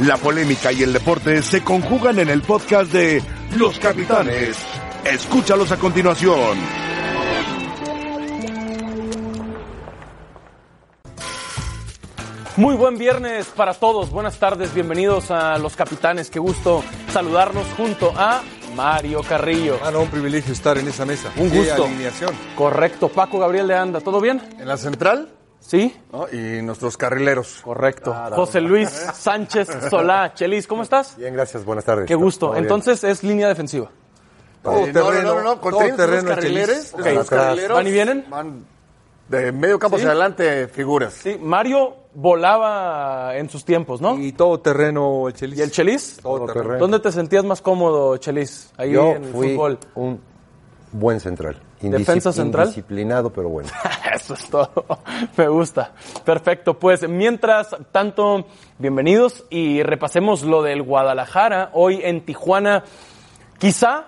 La polémica y el deporte se conjugan en el podcast de Los Capitanes. Escúchalos a continuación. Muy buen viernes para todos. Buenas tardes, bienvenidos a Los Capitanes. Qué gusto saludarnos junto a Mario Carrillo. Ah, no, un privilegio estar en esa mesa. Un Qué gusto. alineación. Correcto, Paco Gabriel de Anda, ¿todo bien? En la central Sí, ¿no? y nuestros carrileros. correcto. José Luis Sánchez Solá, Chelis, ¿cómo estás? Bien, gracias, buenas tardes. Qué Todo gusto. bien. Entonces es línea defensiva. Todo Eh, no, terreno, no, no, no, con todo tres, terreno tres en Chelis. carrileres, Ok. tres Atrás. carrileros, ¿Van y vienen? Van de medio campo Sí. hacia adelante, figuras. Sí, Mario volaba en sus tiempos, ¿no? Y todo terreno el Chelis. ¿Y el Chelis? Todo terreno. ¿Dónde te sentías más cómodo, Chelis? Ahí Yo en el fui fútbol. un buen central. ¿Defensa central? Disciplinado, pero bueno. Eso es todo. Me gusta. Perfecto. Pues mientras tanto, bienvenidos y repasemos lo del Guadalajara. Hoy en Tijuana, quizá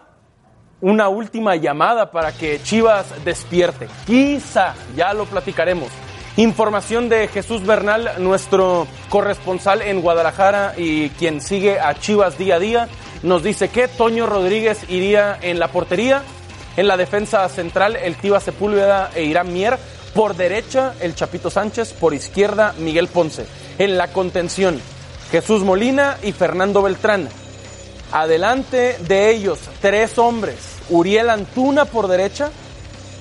una última llamada para que Chivas despierte. Quizá, ya lo platicaremos. Información de Jesús Bernal, nuestro corresponsal en Guadalajara y quien sigue a Chivas día a día, nos dice que Toño Rodríguez iría en la portería, en la defensa central el Tiva Sepúlveda e Irán Mier, por derecha el Chapito Sánchez, por izquierda Miguel Ponce, en la contención Jesús Molina y Fernando Beltrán, Adelante de ellos, tres hombres. Uriel Antuna por derecha,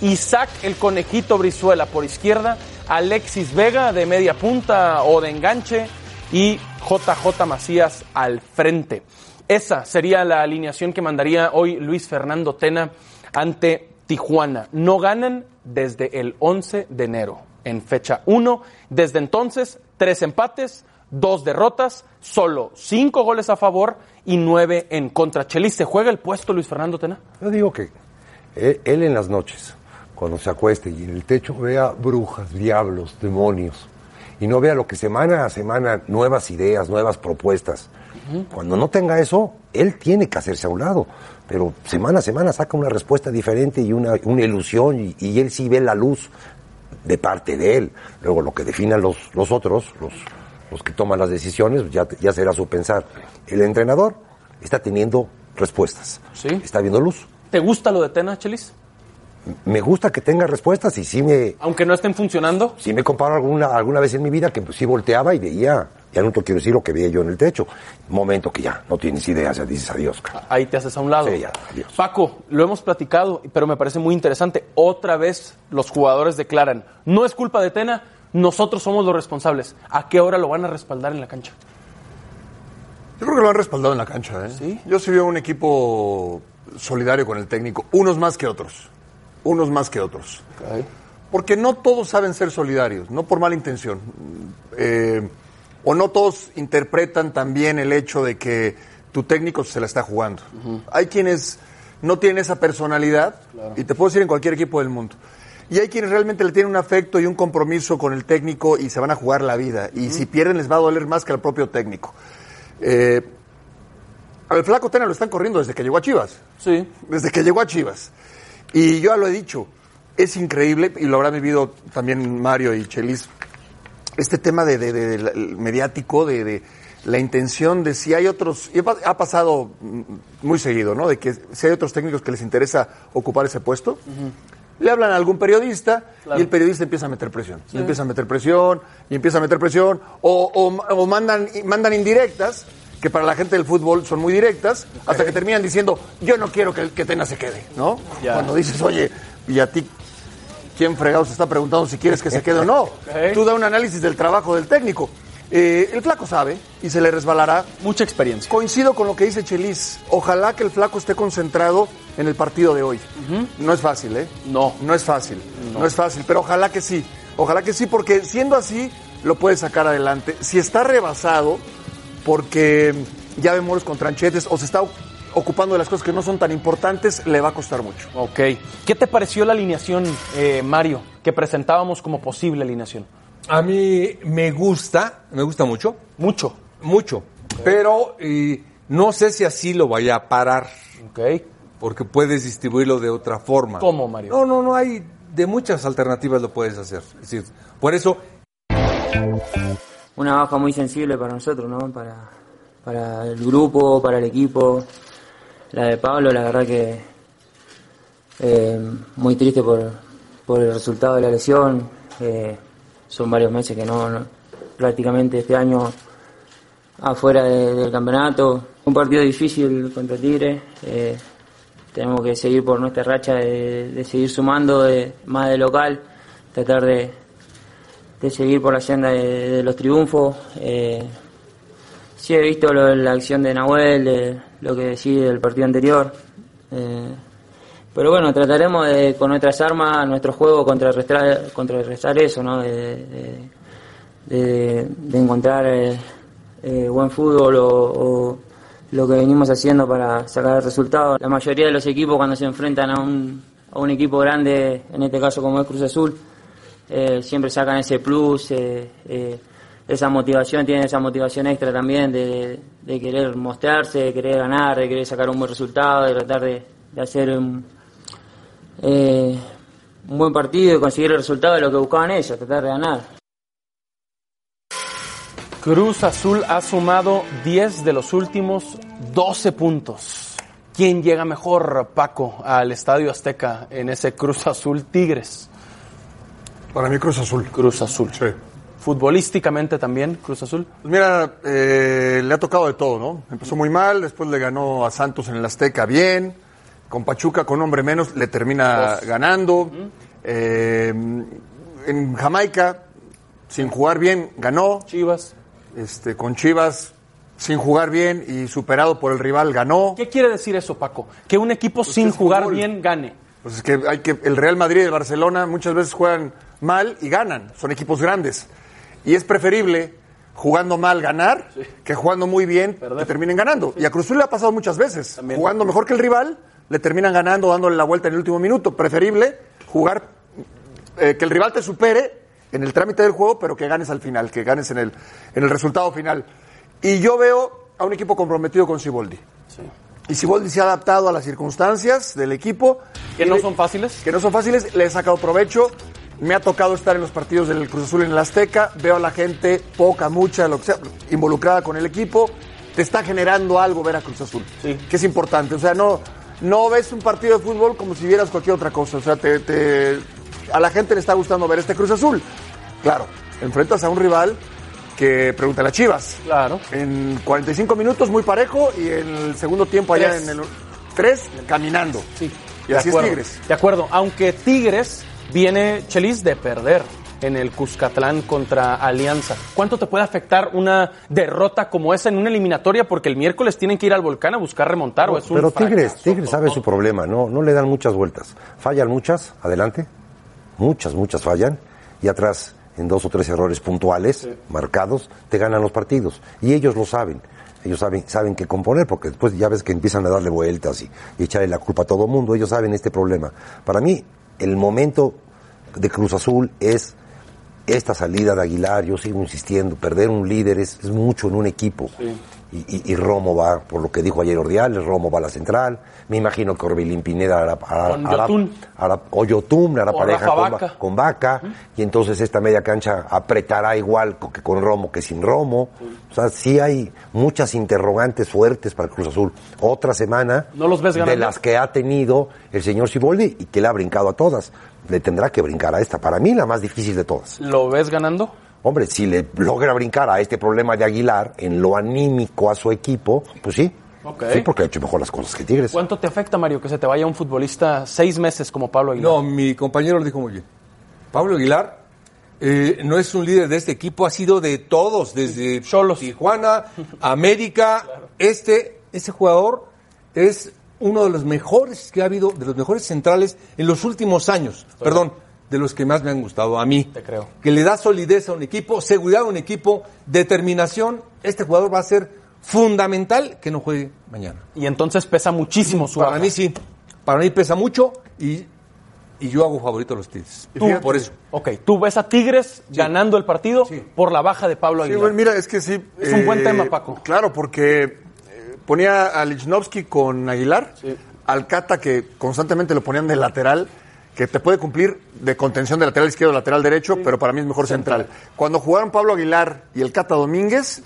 Isaac el Conejito Brizuela por izquierda, Alexis Vega de media punta o de enganche y JJ Macías al frente. Esa sería la alineación que mandaría hoy Luis Fernando Tena ante Tijuana. No ganan desde el 11 de enero, en fecha 1. Desde entonces, tres empates, dos derrotas, solo cinco goles a favor y nueve en contra. Chelis, ¿se juega el puesto Luis Fernando Tena? Yo digo que él, él en las noches, cuando se acueste y en el techo vea brujas, diablos, demonios, y no vea lo que semana a semana, nuevas ideas, nuevas propuestas. Cuando no tenga eso, él tiene que hacerse a un lado. Pero semana a semana saca una respuesta diferente y una, una ilusión, y, y él sí ve la luz de parte de él. Luego lo que definan los, los otros, los, los que toman las decisiones, ya, ya será su pensar. El entrenador está teniendo respuestas. Sí. Está viendo luz. ¿Te gusta lo de Tena, Chelis? Me gusta que tenga respuestas y sí me, Aunque no estén funcionando. sí me comparo alguna, alguna vez en mi vida que pues, sí volteaba y veía, ya no te quiero decir lo que veía yo en el techo. Momento que ya no tienes ideas, ya dices adiós. cara. Ahí te haces a un lado. Sí, ya, adiós. Paco, lo hemos platicado, pero me parece muy interesante. Otra vez los jugadores declaran, no es culpa de Tena, nosotros somos los responsables. ¿A qué hora lo van a respaldar en la cancha? Yo creo que lo han respaldado en la cancha, ¿eh? Sí. Yo sí veo un equipo solidario con el técnico, unos más que otros. Unos más que otros. Porque no todos saben ser solidarios, no por mala intención. Eh, o no todos interpretan también el hecho de que tu técnico se la está jugando. Hay quienes no tienen esa personalidad, y te puedo decir en cualquier equipo del mundo. Y hay quienes realmente le tienen un afecto y un compromiso con el técnico y se van a jugar la vida. Y si pierden les va a doler más que al propio técnico. Eh, al flaco Tena lo están corriendo desde que llegó a Chivas Sí. desde que llegó a Chivas. Y yo ya lo he dicho, es increíble, y lo habrán vivido también Mario y Chelis, este tema de, de- de- de la- el mediático, de, de la intención de si hay otros, y ha pa- ha pasado mm, muy seguido, ¿no? De que si hay otros técnicos que les interesa ocupar ese puesto, le hablan a algún periodista Claro. y el periodista empieza a meter presión. Y empieza a meter presión, y empieza a meter presión, o, o- o mandan, mandan indirectas, que para la gente del fútbol son muy directas, hasta que terminan diciendo, yo no quiero que, el- que Tena se quede, ¿no? Ya. Cuando dices, oye, y a ti ¿Quién fregado se está preguntando si quieres que se quede o no? Tú da un análisis del trabajo del técnico. Eh, el flaco sabe y se le resbalará. Mucha experiencia. Coincido con lo que dice Chelis. Ojalá que el flaco esté concentrado en el partido de hoy. No es fácil, ¿eh? No. No es fácil. No. es fácil, pero ojalá que sí. Ojalá que sí, porque siendo así, lo puede sacar adelante. Si está rebasado, porque ya vemos con tranchetes o se está ocupando de las cosas que no son tan importantes, le va a costar mucho. Ok. ¿Qué te pareció la alineación, eh, Mario, que presentábamos como posible alineación? A mí me gusta, me gusta mucho, Mucho. mucho. Pero eh, no sé si así lo vaya a parar, Ok. porque puedes distribuirlo de otra forma. ¿Cómo, Mario? No, no, no hay. De muchas alternativas lo puedes hacer. Es decir, por eso una baja muy sensible para nosotros, ¿no? Para, para el grupo, para el equipo. La de Pablo, la verdad que eh, muy triste por, por el resultado de la lesión. Eh, son varios meses que no, no- prácticamente este año afuera de- del campeonato. Un partido difícil contra Tigre. eh, tenemos que seguir por nuestra racha de, de seguir sumando de- más de local, tratar de, de seguir por la senda de, de los triunfos. eh, sí he visto lo- la acción de Nahuel, eh, lo que decía del partido anterior. eh, pero bueno, trataremos de, con nuestras armas, nuestro juego, contrarrestar, contrarrestar eso, ¿no? De, de- de- de encontrar eh, eh, buen fútbol o, o lo que venimos haciendo para sacar el resultado. La mayoría de los equipos cuando se enfrentan a un, a un equipo grande, en este caso como es Cruz Azul, eh, siempre sacan ese plus, eh, eh, esa motivación, tienen esa motivación extra también de, de querer mostrarse, de querer ganar, de querer sacar un buen resultado, de tratar de, de hacer un, eh, un buen partido y conseguir el resultado de lo que buscaban ellos, tratar de ganar. Cruz Azul ha sumado 10 de los últimos 12 puntos. ¿Quién llega mejor, Paco, al Estadio Azteca en ese Cruz Azul Tigres? Para mí Cruz Azul. Cruz Azul. Sí. Futbolísticamente también, Cruz Azul. Pues mira, eh, le ha tocado de todo, ¿no? Empezó muy mal, después le ganó a Santos en el Azteca bien, con Pachuca con hombre menos le termina ganando. Eh, en Jamaica, sin jugar bien, ganó. Chivas. Este, con Chivas, sin jugar bien y superado por el rival, ganó. Pues ¿Qué quiere decir eso, Paco? Que un equipo sin es jugar fútbol. bien gane. Pues es que hay que el Real Madrid y el Barcelona muchas veces juegan mal y ganan, son equipos grandes. Y es preferible jugando mal ganar que jugando muy bien que terminen ganando. Y a Cruz Azul le ha pasado muchas veces, jugando mejor que el rival le terminan ganando dándole la vuelta en el último minuto, preferible jugar eh, que el rival te supere en el trámite del juego, pero que ganes al final, que ganes en el en el resultado final. Y yo veo a un equipo comprometido con Siboldi. Y Siboldi se ha adaptado a las circunstancias del equipo Que y no le- son fáciles. que no son fáciles, le he sacado provecho. Me ha tocado estar en los partidos del Cruz Azul en el Azteca. Veo a la gente, poca, mucha, lo que sea, involucrada con el equipo. Te está generando algo ver a Cruz Azul, Sí. que es importante. O sea, no, no ves un partido de fútbol como si vieras cualquier otra cosa. O sea, te- te- a la gente le está gustando ver este Cruz Azul. Claro, enfrentas a un rival que pregunta a las Chivas. Claro. En 45 minutos muy parejo y en el segundo tiempo allá Tres. Pues en el 3 caminando. Sí. Y así es acuerdo, Tigres. De acuerdo, aunque Tigres viene Chelis de perder en el Cuscatlán contra Alianza. ¿Cuánto te puede afectar una derrota como esa en una eliminatoria? Porque el miércoles tienen que ir al volcán a buscar remontar o es un Pero Tigres, fracaso, Tigres sabe ¿no? su problema, no, no le dan muchas vueltas. Fallan muchas, adelante. Muchas, muchas fallan. Y atrás, en dos o tres errores puntuales, marcados, te ganan los partidos. Y ellos lo saben. Ellos saben, saben qué componer, porque después ya ves que empiezan a darle vueltas y, y echarle la culpa a todo mundo. Ellos saben este problema. Para mí, el momento de Cruz Azul es esta salida de Aguilar, yo sigo insistiendo, perder un líder es, es mucho en un equipo. Y, y- y Romo va, por lo que dijo ayer Ordiales, Romo va a la central, me imagino que Orbelín Pineda hará, hará- Con hará- Yotun. hará- o Yotun hará O pareja Rafa con, Vaca. Va- con Vaca, y entonces esta media cancha apretará igual co- que con Romo que sin Romo. O sea, sí hay muchas interrogantes fuertes para el Cruz Azul. Otra semana ¿No los ves de ganando? las que ha tenido el señor Siboldi y que le ha brincado a todas. Le tendrá que brincar a esta, para mí la más difícil de todas. ¿Lo ves ganando? Hombre, si le logra brincar a este problema de Aguilar en lo anímico a su equipo, pues sí. Ok. Sí, porque ha hecho mejor las cosas que Tigres. ¿Cuánto te afecta, Mario, que se te vaya un futbolista seis meses como Pablo Aguilar? No, mi compañero lo dijo muy bien. Pablo Aguilar eh, no es un líder de este equipo, ha sido de todos, desde Cholos. Tijuana, América. Este, este jugador es uno de los mejores que ha habido, de los mejores centrales en los últimos años. Perdón, de los que más me han gustado a mí. Te creo. Que le da solidez a un equipo, seguridad a un equipo, determinación. Este jugador va a ser fundamental que no juegue mañana. Y entonces pesa muchísimo su Para baja. mí sí. Para mí pesa mucho y, y yo hago favorito a los Tigres. Y fíjate- por eso. Ok, tú ves a Tigres ganando el partido por la baja de Pablo Sí, Aguilar. bueno, mira, es que sí. eh, Es un buen tema, Paco. Claro, porque eh, ponía a Lichnowsky con Aguilar, al Cata que constantemente lo ponían de lateral, que te puede cumplir de contención de lateral izquierdo, lateral derecho, pero para mí es mejor central. Cuando jugaron Pablo Aguilar y el Cata Domínguez,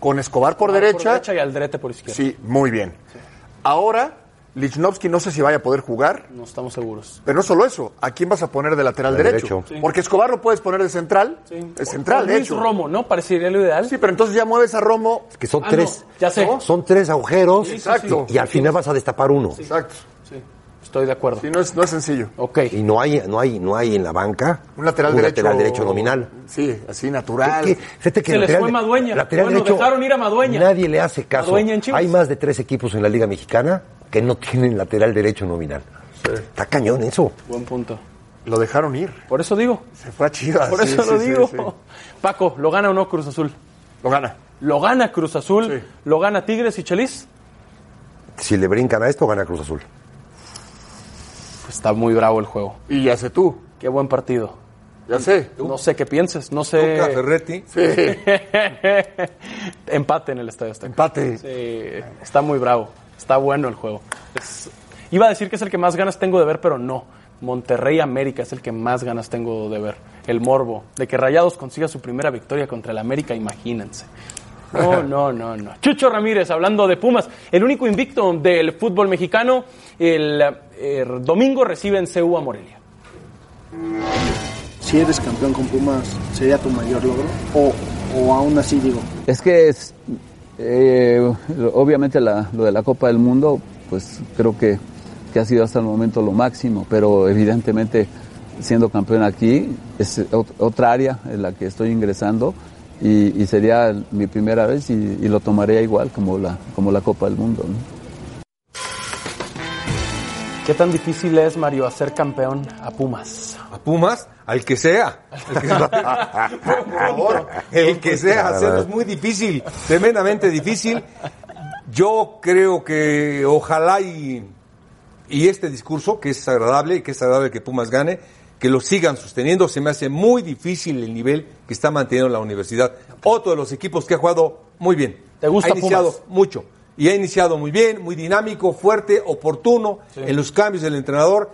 con Escobar por, Por derecha, derecha y Aldrete por izquierda. Sí, muy bien. Ahora, Lichnowsky no sé si vaya a poder jugar, No estamos seguros. pero no solo eso, ¿a quién vas a poner de lateral De derecho? derecho. Sí. Porque Escobar lo puedes poner de central, de central, Juan de Luis hecho. Romo, ¿no? Parecería lo ideal. Sí, pero entonces ya mueves a Romo. Que son Ah, tres. no, ya sé. ¿no? Son tres agujeros. Sí, sí, Exacto. Y al final vas a destapar uno. Exacto. Sí, estoy de acuerdo. Sí, no es, no es sencillo. Ok. Y no hay, no hay, no hay en la banca Un lateral derecho. lateral derecho nominal. Sí, así natural. Es que, fíjate que Se les lateral fue de- Madueña. lateral Bueno, derecho, dejaron ir a Madueña. Nadie le hace caso. Madueña en Chivas. Hay más de tres equipos en la Liga Mexicana que no tienen lateral derecho nominal. Está cañón eso. Buen punto. Lo dejaron ir. Por eso digo. Se fue a Chivas. Por sí, eso sí, lo sí, digo. sí. Paco, ¿lo gana o no Cruz Azul? Lo gana. ¿Lo gana Cruz Azul? Sí. ¿Lo gana Tigres y Chelis? Si le brincan a esto, gana Cruz Azul. Pues está muy bravo el juego. Y ya sé tú. Qué buen partido. Ya sé. No sé qué pienses, no sé. Luca Ferretti. Sí. Empate en el Estadio Azteca. Empate. Sí, está muy bravo. Está bueno el juego. Es- Iba a decir que es el que más ganas tengo de ver, pero no. Monterrey América es el que más ganas tengo de ver. El morbo. De que Rayados consiga su primera victoria contra el América, imagínense. No, no, no, no. Chucho Ramírez, hablando de Pumas, el único invicto del fútbol mexicano, el, eh, domingo recibe en CU a Morelia. si eres campeón con Pumas, sería tu mayor logro? O, o aún así digo, Es que es, eh, lo- obviamente la- lo de la Copa del Mundo, pues creo que, que ha sido hasta el momento lo máximo, pero evidentemente siendo campeón aquí es ot- otra área en la que estoy ingresando y, y sería el- mi primera vez y, y lo tomaría igual como la, como la Copa del Mundo. ¿no? ¿Qué tan difícil es, Mario, hacer campeón a Pumas? A Pumas, al que sea. Al que sea. Por favor, el que sea. Hacerlo es muy difícil, tremendamente difícil. Yo creo que ojalá y, y este discurso, que es agradable y que es agradable que Pumas gane, que lo sigan sosteniendo. Se me hace muy difícil el nivel que está manteniendo la universidad. Otro de los equipos que ha jugado muy bien. ¿Te gusta Ha iniciado Pumas? mucho. Y ha iniciado muy bien, muy dinámico, fuerte, oportuno en los cambios del entrenador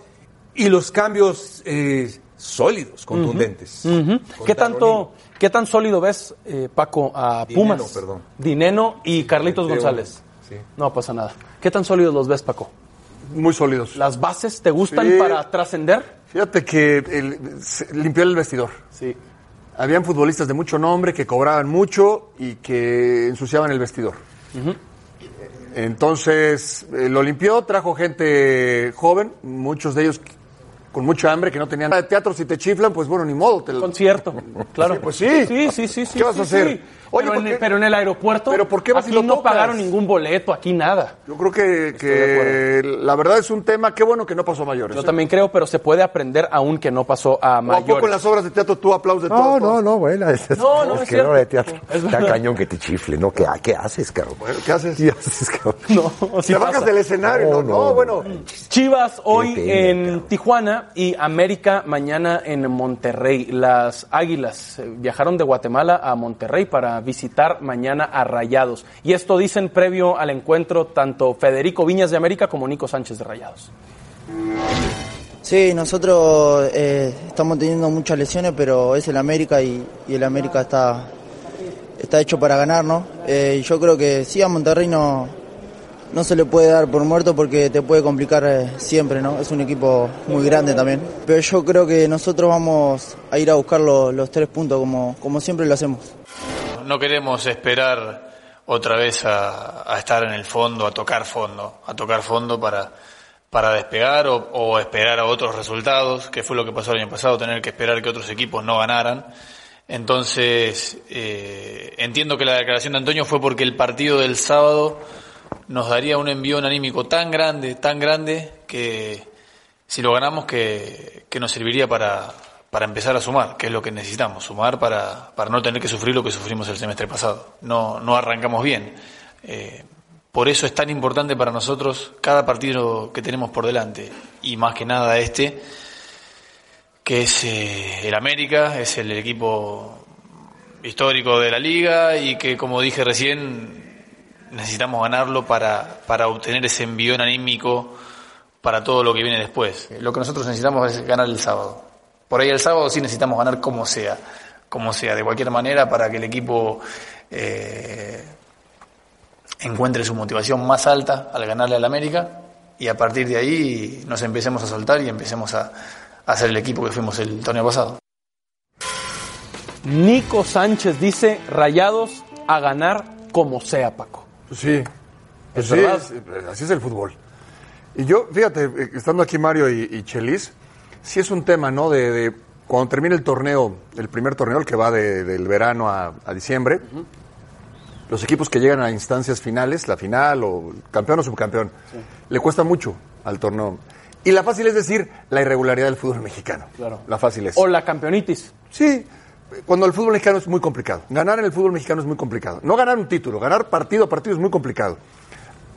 y los cambios eh, sólidos, contundentes. Ujú. Con ¿Qué Tarronino. tanto, qué tan sólido ves, eh, Paco, a Dineno, Pumas? perdón. Dineno y Carlitos Teo, González. sí. No pasa nada. ¿Qué tan sólidos los ves, Paco? Muy sólidos. ¿Las bases te gustan Sí. para trascender? Fíjate que el- se- limpió el vestidor. Sí. Habían futbolistas de mucho nombre que cobraban mucho y que ensuciaban el vestidor. Entonces eh, lo limpió, trajo gente joven, muchos de ellos con mucha hambre, que no tenían nada de teatro. Si te chiflan, pues bueno, ni modo. Te lo- Concierto, claro. pues sí. Sí, sí, sí. sí, ¿Qué vas sí, a hacer? sí. Oye, pero, ¿por en, qué? el- pero en el aeropuerto. ¿Pero por qué vas y aquí lo no tocas? pagaron ningún boleto, aquí nada. Yo creo que, que la verdad es un tema, qué bueno que no pasó a mayores. Yo ¿eh? también creo, pero se puede aprender aún que no pasó a ¿O a poco en mayores. las obras de teatro tú aplaudes No, todos, no, todos? no, bueno. Es, No, no, que es no, cierto. de teatro. Es Está verdad. cañón que te chifle, ¿no? ¿Qué, qué haces, cabrón? Bueno, ¿qué haces? ¿Qué haces, cabrón? No, sí Te bajas pasa. del escenario, No, no, no, Oh, no, no. bueno. Chivas hoy pena, en cabrón. Tijuana y América mañana en Monterrey. Las Águilas eh, viajaron de Guatemala a Monterrey para visitar mañana a Rayados. Y esto dicen previo al encuentro tanto Federico Viñas de América como Nico Sánchez de Rayados. Sí, nosotros eh, estamos teniendo muchas lesiones, pero es el América y, y el América está, está hecho para ganar, ¿no? Eh, yo creo que sí, a Monterrey no, no se le puede dar por muerto porque te puede complicar eh, siempre, ¿no? Es un equipo muy grande también. Pero yo creo que nosotros vamos a ir a buscar lo- los tres puntos como, como siempre lo hacemos. No queremos esperar otra vez a, a estar en el fondo, a tocar fondo, a tocar fondo para, para despegar o, o esperar a otros resultados, que fue lo que pasó el año pasado, tener que esperar que otros equipos no ganaran. Entonces, eh, entiendo que la declaración de Antonio fue porque el partido del sábado nos daría un envío anímico tan grande, tan grande, que si lo ganamos que, que nos serviría para, para empezar a sumar, que es lo que necesitamos, sumar para, para no tener que sufrir lo que sufrimos el semestre pasado. No, no arrancamos bien. Eh, por eso es tan importante para nosotros cada partido que tenemos por delante, y más que nada este, que es eh, el América, es el equipo histórico de la liga y que, como dije recién, necesitamos ganarlo para, para obtener ese envión anímico para todo lo que viene después. Lo que nosotros necesitamos es ganar el sábado. Por ahí el sábado sí necesitamos ganar como sea, como sea, de cualquier manera, para que el equipo eh, encuentre su motivación más alta al ganarle al América y a partir de ahí nos empecemos a soltar y empecemos a, a ser el equipo que fuimos el torneo pasado. Nico Sánchez dice, rayados a ganar como sea, Paco. Sí. Pues Es sí, verdad. es- así es el fútbol. Y yo, fíjate, eh, estando aquí Mario y, y Chelis, sí es un tema, ¿no? De, de cuando termina el torneo, el primer torneo, el que va de- del verano a, a diciembre, los equipos que llegan a instancias finales, la final o el campeón o subcampeón, le cuesta mucho al torneo. Y la fácil es decir la irregularidad del fútbol mexicano. Claro. La fácil es. O la campeonitis. Sí, cuando el fútbol mexicano es muy complicado. Ganar en el fútbol mexicano es muy complicado. No ganar un título, ganar partido a partido es muy complicado.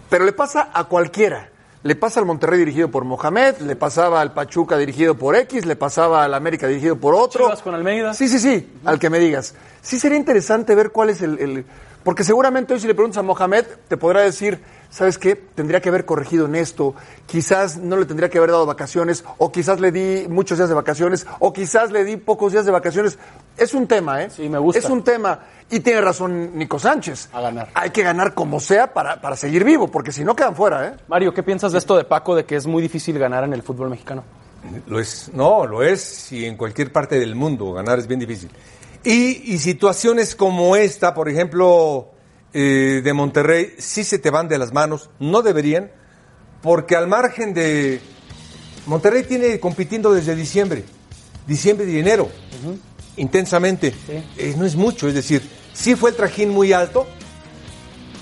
Pero le pasa a cualquiera. Le pasa al Monterrey dirigido por Mohamed, le pasaba al Pachuca dirigido por X, le pasaba al América dirigido por otro. Chivas con Almeida. Sí, sí, sí, al que me digas. Sí sería interesante ver cuál es el, el- Porque seguramente hoy si le preguntas a Mohamed, te podrá decir, ¿sabes qué? Tendría que haber corregido en esto, quizás no le tendría que haber dado vacaciones, o quizás le di muchos días de vacaciones, o quizás le di pocos días de vacaciones. Es un tema, ¿eh? Sí, me gusta. Es un tema. Y tiene razón Nico Sánchez. A ganar. Hay que ganar como sea para, para seguir vivo, porque si no quedan fuera, ¿eh? Mario, ¿qué piensas de esto de Paco de que es muy difícil ganar en el fútbol mexicano? Lo es. No, lo es. Y en cualquier parte del mundo ganar es bien difícil. Y, y situaciones como esta, por ejemplo, eh, de Monterrey, sí se te van de las manos. No deberían, porque al margen de... Monterrey tiene compitiendo desde diciembre. Diciembre y enero. Intensamente. Eh, no es mucho, es decir, sí fue el trajín muy alto,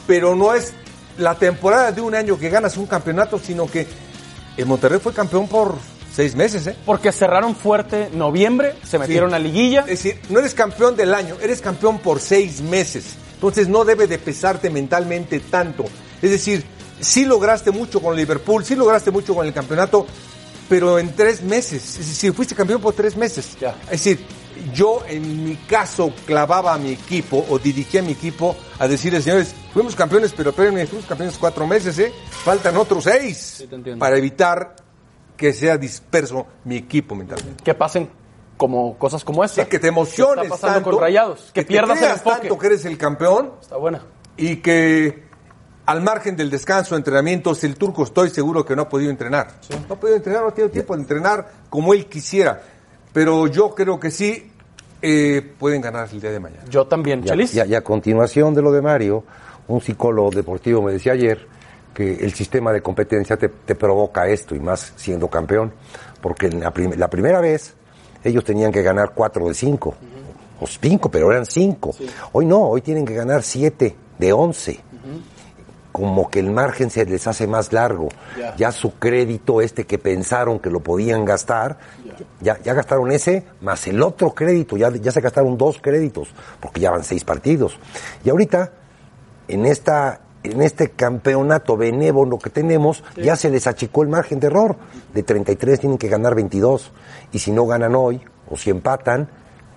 pero no es la temporada de un año que ganas un campeonato, sino que el Monterrey fue campeón por seis meses, ¿eh? Porque cerraron fuerte noviembre, se metieron Sí. a liguilla. Es decir, no eres campeón del año, eres campeón por seis meses. Entonces no debe de pesarte mentalmente tanto. Es decir, sí lograste mucho con Liverpool, sí lograste mucho con el campeonato, pero en tres meses. Es decir, fuiste campeón por tres meses. Es decir, yo en mi caso clavaba a mi equipo o dirigía a mi equipo a decirles, señores, fuimos campeones, pero espérenme, fuimos campeones cuatro meses, ¿eh? Faltan otros seis te entiendo. para evitar que sea disperso mi equipo mentalmente. Que pasen como cosas como esta. que te emociones Que está pasando tanto, con Rayados, que te pierdas el creas enfoque. tanto que eres el campeón Está buena. y que al margen del descanso, entrenamientos, el turco estoy seguro que no ha podido entrenar. No ha podido entrenar, no ha tenido tiempo de entrenar como él quisiera. Pero yo creo que sí eh, pueden ganar el día de mañana. Yo también, Y a, Chelis. y a- y a continuación de lo de Mario, un psicólogo deportivo me decía ayer que el sistema de competencia te, te provoca esto, y más siendo campeón, porque en la, prim- la primera vez ellos tenían que ganar cuatro de cinco, o cinco, pero eran cinco. Hoy no, hoy tienen que ganar siete de once. Como que el margen se les hace más largo. Ya. Ya su crédito este que pensaron que lo podían gastar, ya, ya gastaron ese más el otro crédito, ya, ya se gastaron dos créditos, porque ya van seis partidos. Y ahorita, en, esta, en este campeonato benévolo que tenemos, ya se les achicó el margen de error. De 33 tienen que ganar 22. Y si no ganan hoy, o si empatan,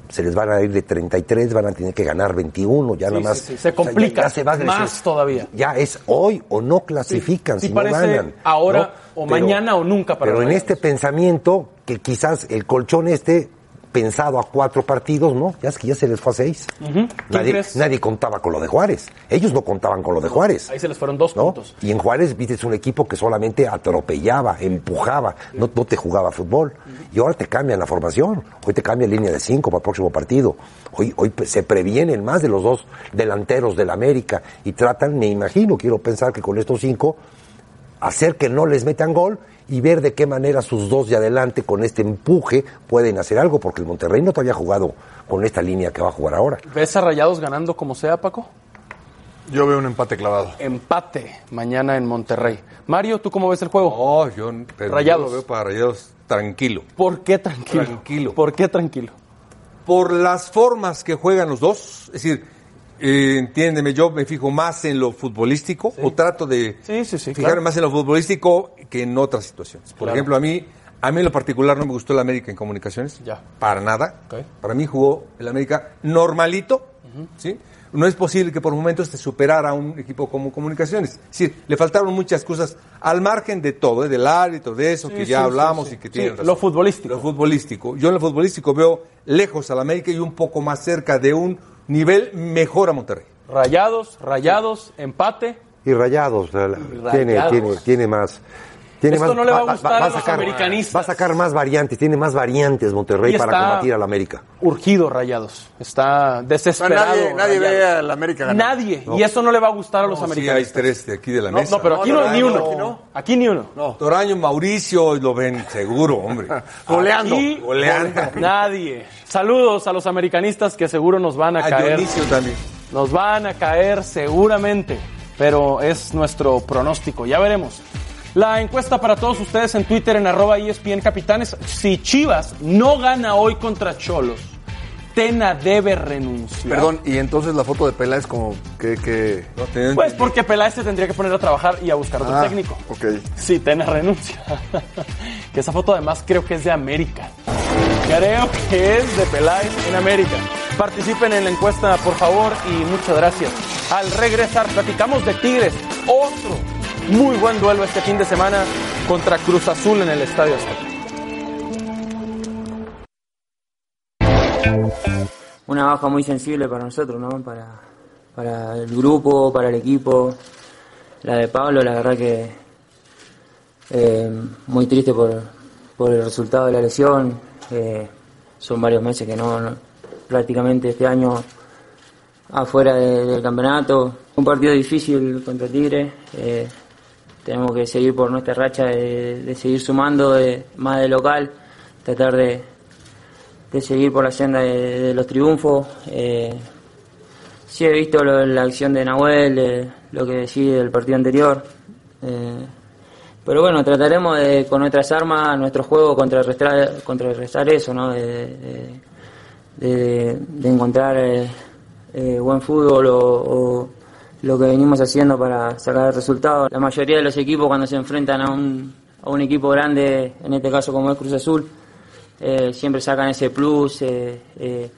se les van a ir de 33, van a tener que ganar 21, ya nada más. sí, sí. o sea, Se ya- complica ya se va a crecer. más todavía. Ya es hoy o no clasifican, Sí, si no parece ganan. ahora ¿no? o Pero- mañana o nunca para pero en Rayados. este pensamiento, que quizás el colchón este, pensado a cuatro partidos, ¿no? Ya es que ya se les fue a seis. Nadie, crees? nadie contaba con lo de Juárez. Ellos no contaban con lo de Juárez. Ahí se les fueron dos ¿no? puntos. Y en Juárez, viste, es un equipo que solamente atropellaba, empujaba, no, no te jugaba fútbol. Y ahora te cambian la formación. Hoy te cambian línea de cinco para el próximo partido. Hoy, hoy pues, se previenen más de los dos delanteros del América y tratan, me imagino, quiero pensar que con estos cinco, hacer que no les metan gol y ver de qué manera sus dos de adelante con este empuje pueden hacer algo, porque el Monterrey no te había jugado con esta línea que va a jugar ahora. ¿Ves a Rayados ganando como sea, Paco? Yo veo un empate clavado. Empate mañana en Monterrey. Mario, ¿tú cómo ves el juego? No, yo, n- pero Rayados. yo lo veo para Rayados tranquilo. ¿Por qué tranquilo? Tranquilo. ¿Por qué tranquilo? por las formas que juegan los dos, es decir, eh, entiéndeme, yo me fijo más en lo futbolístico o trato de Sí, sí, sí, fijarme claro. más en lo futbolístico que en otras situaciones. Por Claro. ejemplo, a mí, a mí en lo particular no me gustó el América en comunicaciones, Ya. para nada. Ok. Para mí jugó el América normalito, ¿sí? No es posible que por momentos te superara a un equipo como comunicaciones. Es decir, le faltaron muchas cosas al margen de todo, ¿eh? del árbitro, de eso Sí, que sí, ya sí, hablamos sí. y que Sí, tiene lo futbolístico. Lo futbolístico. Yo en lo futbolístico veo lejos al América y un poco más cerca de un nivel mejor a Monterrey. Rayados, rayados, empate. Y rayados, la- la- Rayados. Tiene, tiene, tiene más. Tiene Esto más, no le va a gustar a los sacar, americanistas. Va a sacar más variantes, tiene más variantes Monterrey Y para está- combatir al América. Urgido Rayados. Está desesperado. Nadie- nadie Rayados. ve al América ganar. Nadie. No. Y eso no le va a gustar a los Sí, hay americanistas. tres de aquí de la No, mesa. no, pero aquí no, No, hay ni Toraño, uno. aquí no. Aquí ni uno. Toraño, Mauricio lo ven seguro, hombre. Goleando. Aquí, Goleando. Nadie. Saludos a los americanistas que seguro nos van a, A caer. Dionisio también. Nos van a caer seguramente, pero es nuestro pronóstico, ya veremos. La encuesta para todos ustedes en Twitter en arroba E ESPN Capitanes. Si Chivas no gana hoy contra Cholos, Tena debe renunciar. Perdón, y entonces la foto de Pela es como que... que... No te- Pues porque Peláez se tendría que poner a trabajar y a buscar otro Ah, técnico. Ok. Sí, Tena renuncia. que esa foto además creo que es de América. Creo que es de Peláez en América. Participen en la encuesta, por favor, y muchas gracias. Al regresar, platicamos de Tigres. Otro muy buen duelo este fin de semana contra Cruz Azul en el Estadio Azteca. una baja muy sensible para nosotros, ¿no? Para, para el grupo, para el equipo. La de Pablo, la verdad que eh, muy triste por, por el resultado de la lesión. Eh, son varios meses que no, no- prácticamente este año afuera de- del campeonato. Un partido difícil contra Tigre. eh, tenemos que seguir por nuestra racha de, de seguir sumando de- más de local, tratar de, de seguir por la senda de, de los triunfos. Eh, sí he visto lo- la acción de Nahuel, eh, lo que decía del partido anterior. Eh, pero bueno, trataremos de, con nuestras armas, nuestro juego, contrarrestar, contrarrestar eso, ¿no? De, de- de- de encontrar eh, eh, buen fútbol o, o lo que venimos haciendo para sacar el resultado. La mayoría de los equipos cuando se enfrentan a un, a un equipo grande, en este caso como es Cruz Azul, eh, siempre sacan ese plus, eh, eh,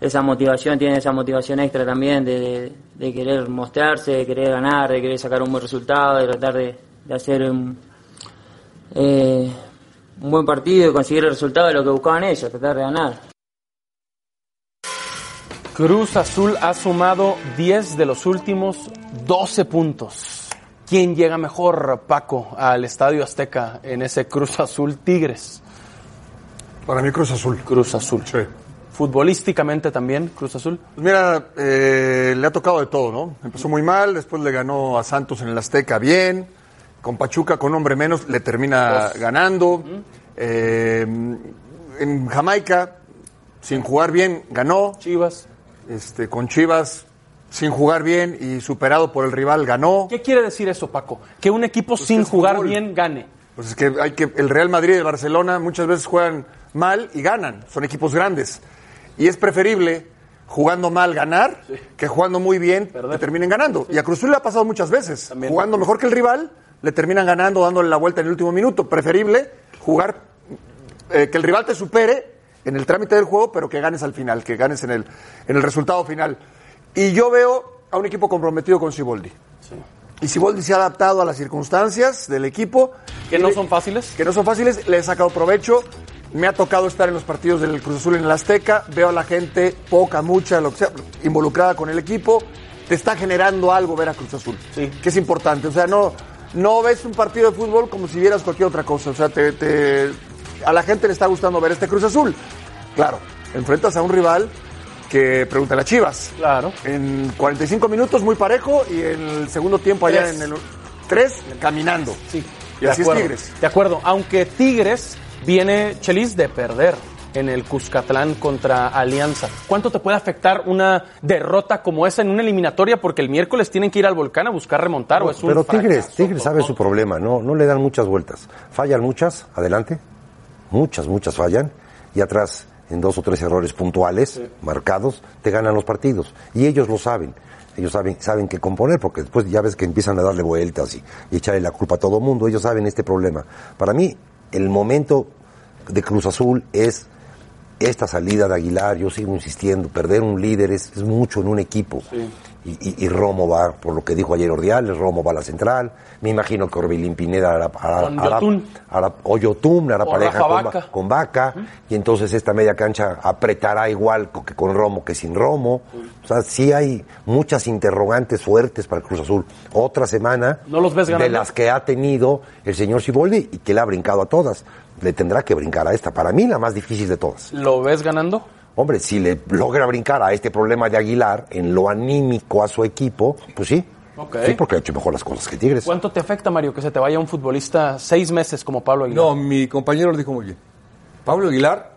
esa motivación, tienen esa motivación extra también de, de- de querer mostrarse, de querer ganar, de querer sacar un buen resultado, de tratar de, de hacer un, eh, un buen partido y conseguir el resultado de lo que buscaban ellos, tratar de ganar. Cruz Azul ha sumado 10 de los últimos 12 puntos. ¿Quién llega mejor, Paco, al Estadio Azteca en ese Cruz Azul Tigres? Para mí Cruz Azul. Cruz Azul. Sí. Futbolísticamente también, Cruz Azul. Pues mira, eh, le ha tocado de todo, ¿no? Empezó muy mal, después le ganó a Santos en el Azteca bien, con Pachuca con hombre menos le termina ganando. Eh, en Jamaica, sin jugar bien, ganó. Chivas. Este, con Chivas, sin jugar bien y superado por el rival, ganó. Pues ¿Qué quiere decir eso, Paco? Que un equipo que sin es jugar fútbol. bien gane. Pues es que hay que el Real Madrid y el Barcelona muchas veces juegan mal y ganan, son equipos grandes. Y es preferible jugando mal ganar que jugando muy bien que terminen ganando. Y a Cruz Azul le ha pasado muchas veces, jugando mejor que el rival le terminan ganando dándole la vuelta en el último minuto, preferible jugar eh, que el rival te supere en el trámite del juego, pero que ganes al final, que ganes en el en el resultado final. Y yo veo a un equipo comprometido con Siboldi. Y Siboldi se ha adaptado a las circunstancias del equipo Que no son fáciles. que no son fáciles, le he sacado provecho. Me ha tocado estar en los partidos del Cruz Azul en el Azteca, veo a la gente, poca, mucha, lo que sea, involucrada con el equipo, te está generando algo ver a Cruz Azul, Sí. que es importante. O sea, no, no ves un partido de fútbol como si vieras cualquier otra cosa. O sea, te- te- a la gente le está gustando ver este Cruz Azul. Claro, enfrentas a un rival que pregunta a Chivas. Claro. En 45 minutos muy parejo y en el segundo tiempo allá Tres. en el 3 caminando. Sí. Y así es acuerdo. Tigres. De acuerdo. Aunque Tigres viene, Chelis, de perder en el Cuscatlán contra Alianza. ¿Cuánto te puede afectar una derrota como esa en una eliminatoria? Porque el miércoles tienen que ir al volcán a buscar remontar o es un Pero Tigres, fracaso Tigres sabe su total. problema, no, no le dan muchas vueltas. Fallan muchas, adelante. Muchas, muchas fallan. Y atrás, en dos o tres errores puntuales, marcados, te ganan los partidos. Y ellos lo saben. Ellos saben, saben qué componer, porque después ya ves que empiezan a darle vueltas y, y echarle la culpa a todo mundo. Ellos saben este problema. Para mí, el momento de Cruz Azul es esta salida de Aguilar, yo sigo insistiendo, perder un líder es, es mucho en un equipo. Y, y- y Romo va, por lo que dijo ayer Ordiales, Romo va a la central. Me imagino que Orbilín Pineda hará, hará- Con hará- Yotun. hará- o Yotun hará O pareja Rafa con, Vaca. Va- con Vaca. Y entonces esta media cancha apretará igual co- que con Romo que sin Romo. O sea, sí hay muchas interrogantes fuertes para el Cruz Azul. Otra semana ¿No los ves ganando? de las que ha tenido el señor Siboldi y que le ha brincado a todas. Le tendrá que brincar a esta. Para mí la más difícil de todas. ¿Lo ves ganando? Hombre, si le logra brincar a este problema de Aguilar en lo anímico a su equipo, pues sí. Ok. Sí, porque ha hecho mejor las cosas que Tigres. ¿Cuánto te afecta, Mario, que se te vaya un futbolista seis meses como Pablo Aguilar? No, mi compañero lo dijo muy bien. Pablo Aguilar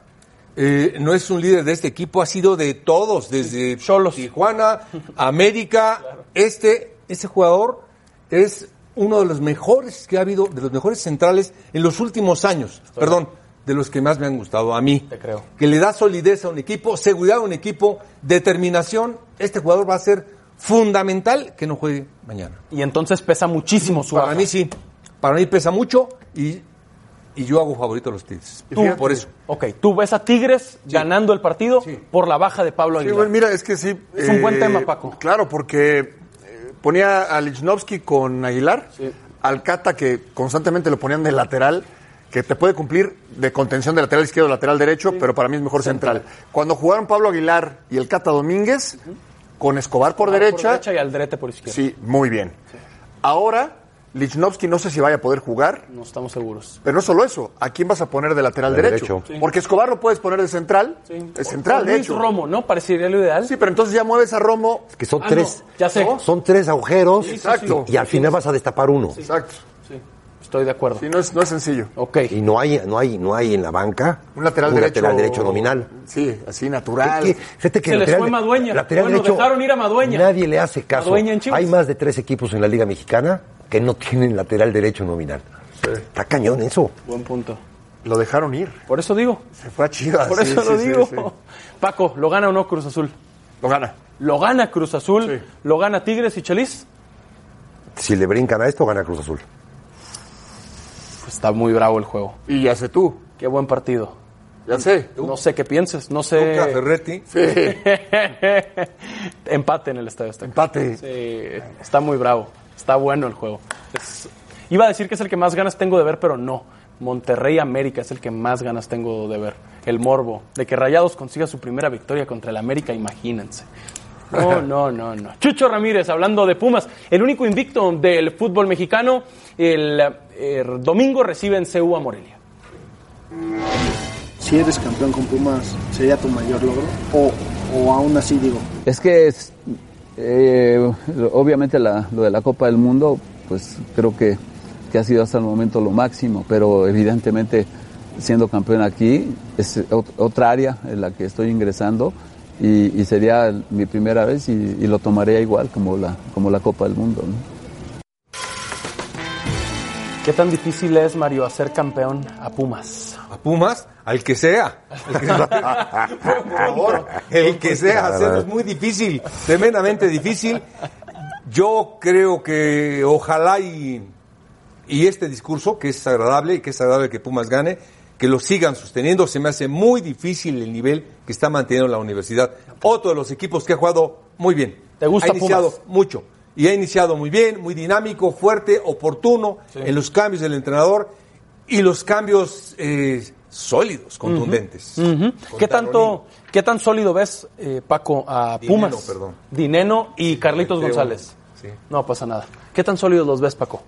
eh, no es un líder de este equipo, ha sido de todos, desde Tijuana, América, este, ese jugador es uno de los mejores que ha habido, de los mejores centrales en los últimos años. Perdón, de los que más me han gustado a mí. Te creo. Que le da solidez a un equipo, seguridad a un equipo, determinación. Este jugador va a ser fundamental que no juegue mañana. Y entonces pesa muchísimo su Para baja. mí sí, para mí pesa mucho y, y yo hago favorito a los Tigres. Tú, Tú, por eso. Ok, tú ves a Tigres ganando el partido por la baja de Pablo Sí, Aguilar. bueno, mira, es que sí. eh, Es un buen tema, Paco. Claro, porque eh, ponía a Lichnowsky con Aguilar, al Cata que constantemente lo ponían de lateral, que te puede cumplir de contención de lateral izquierdo, lateral derecho, pero para mí es mejor central. Cuando jugaron Pablo Aguilar y el Cata Domínguez, con Escobar por, derecha, Ah, Por derecha y Aldrete por izquierda. sí, muy bien. Ahora, Lichnowsky no sé si vaya a poder jugar. No estamos seguros. Pero no solo eso, ¿a quién vas a poner de lateral De derecho? derecho. Sí. Porque Escobar lo puedes poner de central, es central, de Luis hecho. Romo, ¿no? Parecería lo ideal. Sí, pero entonces ya mueves a Romo. Que son Ah, tres. no, ya sé. Son tres agujeros. Sí, sí, Exacto. Y, y al final vas a destapar uno. Exacto. Sí, estoy de acuerdo. Sí, no es, no es sencillo. Ok. Y no hay, no hay, no hay en la banca Un lateral derecho. lateral derecho nominal. Sí, así natural. ¿Qué- qué? Fíjate que Se les lateral- fue Madueña. lateral Bueno, derecho, dejaron ir a Madueña. Nadie le hace caso. Madueña en Chivas. Hay más de tres equipos en la Liga Mexicana que no tienen lateral derecho nominal. Está cañón eso. Buen punto. Lo dejaron ir. Por eso digo. Se fue a Chivas. Por sí, eso sí, lo sí, digo. sí. Paco, ¿lo gana o no Cruz Azul? Lo gana. Lo gana Cruz Azul, Sí. lo gana Tigres y Chelis. Si le brincan a esto, gana Cruz Azul. Pues está muy bravo el juego. Y ya sé tú. Qué buen partido. Ya sé. No sé qué pienses, no Luca sé. Ferretti. Empate en el Estadio Azteca. Empate. Sí, está muy bravo. Está bueno el juego. Es- Iba a decir que es el que más ganas tengo de ver, pero no. Monterrey América es el que más ganas tengo de ver. El morbo de que Rayados consiga su primera victoria contra el América, imagínense. No, no, no, no. Chucho Ramírez, hablando de Pumas, el único invicto del fútbol mexicano, el, eh, domingo recibe en CU a Morelia. Si eres campeón con Pumas, ¿sería tu mayor logro? O, o aún así digo, Es que es, eh, obviamente la- lo de la Copa del Mundo, pues creo que, que ha sido hasta el momento lo máximo, pero evidentemente siendo campeón aquí es ot- otra área en la que estoy ingresando y, y sería mi primera vez y, y lo tomaría igual como la, como la Copa del Mundo. ¿no? ¿Qué tan difícil es, Mario, hacer campeón a Pumas? A Pumas, al que sea. El que sea, Por favor, el que sea, hacerlo es muy difícil, tremendamente difícil. Yo creo que ojalá y, y este discurso, que es agradable y que es agradable que Pumas gane, que lo sigan sosteniendo, se me hace muy difícil el nivel que está manteniendo la universidad. Otro de los equipos que ha jugado muy bien. ¿Te gusta Ha iniciado Pumas? mucho. Y ha iniciado muy bien, muy dinámico, fuerte, oportuno en los cambios del entrenador y los cambios eh, sólidos, contundentes. Ujú. Con ¿Qué Tarolín. tanto, qué tan sólido ves, eh, Paco, a Dineno, Pumas? perdón. Dineno y Carlitos Mateo, González. sí. No pasa nada. ¿Qué tan sólidos los ves, Paco?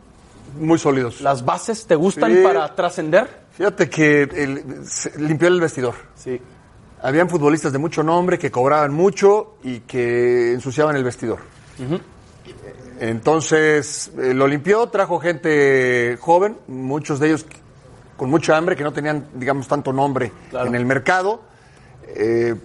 Muy sólidos. ¿Las bases te gustan Sí. para trascender? Fíjate que el- se- limpió el vestidor. Sí. Habían futbolistas de mucho nombre que cobraban mucho y que ensuciaban el vestidor. Entonces eh, lo limpió, trajo gente joven, muchos de ellos con mucha hambre, que no tenían, digamos, tanto nombre Claro. en el mercado. Eh,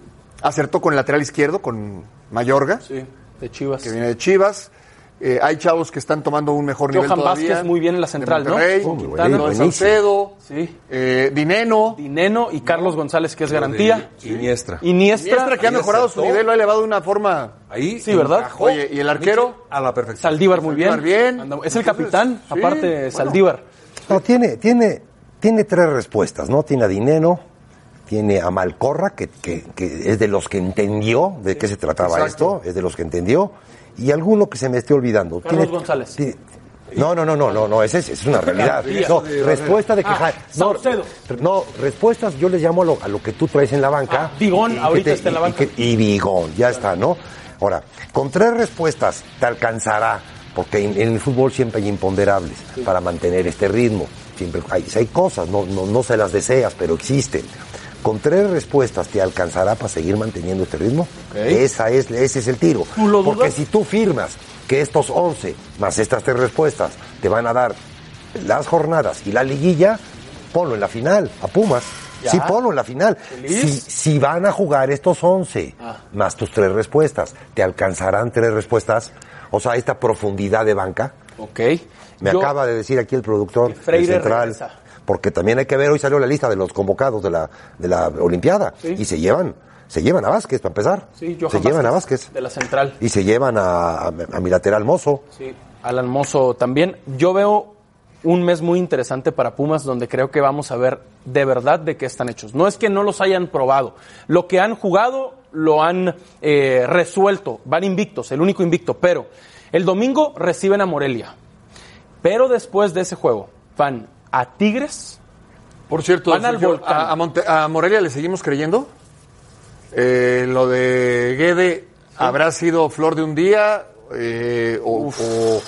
acertó con el lateral izquierdo, con Mayorga, Sí, de Chivas. que viene de Chivas. Eh, hay chavos que están tomando un mejor nivel Johan todavía. Vázquez muy bien en la De central, ¿no? Monterrey, Oh, Quintana, buenísimo. Saucedo, Sí. eh, Dineno. Dineno y Carlos González, que es garantía. De Iniestra. Iniestra, Miestra que ha mejorado su acertó. nivel, lo ha elevado de una forma. Ahí Sí, ¿verdad? encajó Oye, ¿y el arquero? a la perfección. Saldívar muy bien. Saldívar bien. Anda- es el Entonces, capitán, sí, aparte bueno. Saldívar. No, tiene, tiene, tiene tres respuestas, ¿no? Tiene a Dineno, tiene a Malcorra, que, que- que es de los que entendió de qué se trataba esto, es de los que entendió, Y alguno que se me esté olvidando. Carlos Tiene- González. ti- no, no, no, no, no, no, esa es, es una realidad. Díaz. No, respuesta de que Ah, Jaime- no, Saucedo. re- no, respuestas yo les llamo a lo, a lo que tú traes en la banca. Ah, Bigón, que ahorita está en la banca. Y, que- y Bigón, ya está, ¿no? Ahora, con tres respuestas te alcanzará, porque en, en el fútbol siempre hay imponderables para mantener este ritmo. Siempre hay, hay cosas, no, no, no se las deseas, pero existen. Con tres respuestas te alcanzará para seguir manteniendo este ritmo. Esa es, ese es el tiro. ¿Tú lo Porque dudas? si tú firmas que estos 11 más estas tres respuestas te van a dar las jornadas y la liguilla, ponlo en la final, a Pumas. Ya. Sí, ponlo en la final. Si, si van a jugar estos 11 Ah. más tus tres respuestas, ¿te alcanzarán tres respuestas? O sea, esta profundidad de banca. Ok. Me Yo- acaba de decir aquí el productor el Freire central. regresa. Porque también hay que ver, hoy salió la lista de los convocados de la, de la Olimpiada. Sí. Y se llevan, se llevan a Vázquez para empezar. Sí, se Johan llevan a Vázquez, Vázquez. De la central. Y se llevan a, a, a mi lateral mozo. Sí, Alan Mozo también. Yo veo un mes muy interesante para Pumas donde creo que vamos a ver de verdad de qué están hechos. No es que no los hayan probado. Lo que han jugado lo han eh, resuelto. Van invictos, el único invicto. Pero el domingo reciben a Morelia. Pero después de ese juego van a Tigres. Por cierto, Van al Sergio, volcán. a, a Monte- a Morelia le seguimos creyendo. Eh, lo de Guede habrá sido flor de un día Eh, o, o-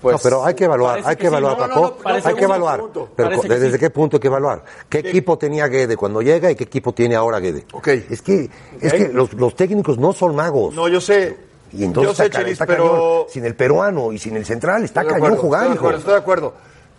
pues No, pero hay que evaluar, hay que, evaluar, Paco. hay que evaluar. Pero Parece que ¿desde sí. qué punto hay que evaluar? ¿Qué equipo tenía Guede cuando llega y qué equipo tiene ahora Guede? Ok. Es que, es que los, los técnicos no son magos. No, yo sé. y entonces yo sé, está, ca- Chelis, está pero. cañón. Sin el peruano y sin el central, está Estoy de cañón acuerdo, jugando. Estoy de acuerdo, estoy de acuerdo.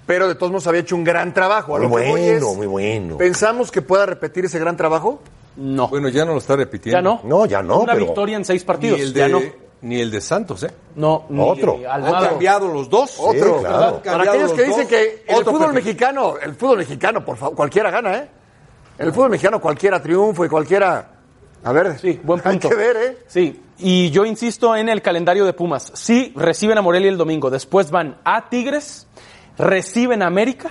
Pero de todos modos había hecho un gran trabajo. A muy lo que voy bueno, es, muy bueno. ¿Pensamos que pueda repetir ese gran trabajo? No, Bueno, ya no lo está repitiendo. ya no. No, ya no, Una pero- victoria en seis partidos. Ni el, Ya de, no. ni el de Santos, ¿eh? No, ni Otro. Han Almada. cambiado los dos. Otro, claro. Para Han cambiado aquellos los que dicen dos. que el Otro fútbol perfil. mexicano, el fútbol mexicano, por favor, cualquiera gana, ¿eh? El fútbol mexicano cualquiera triunfo y cualquiera. A ver, Sí, buen punto. Hay que ver, ¿eh? Sí, y yo insisto en el calendario de Pumas. Sí, reciben a Morelia el domingo, después van a Tigres, reciben a América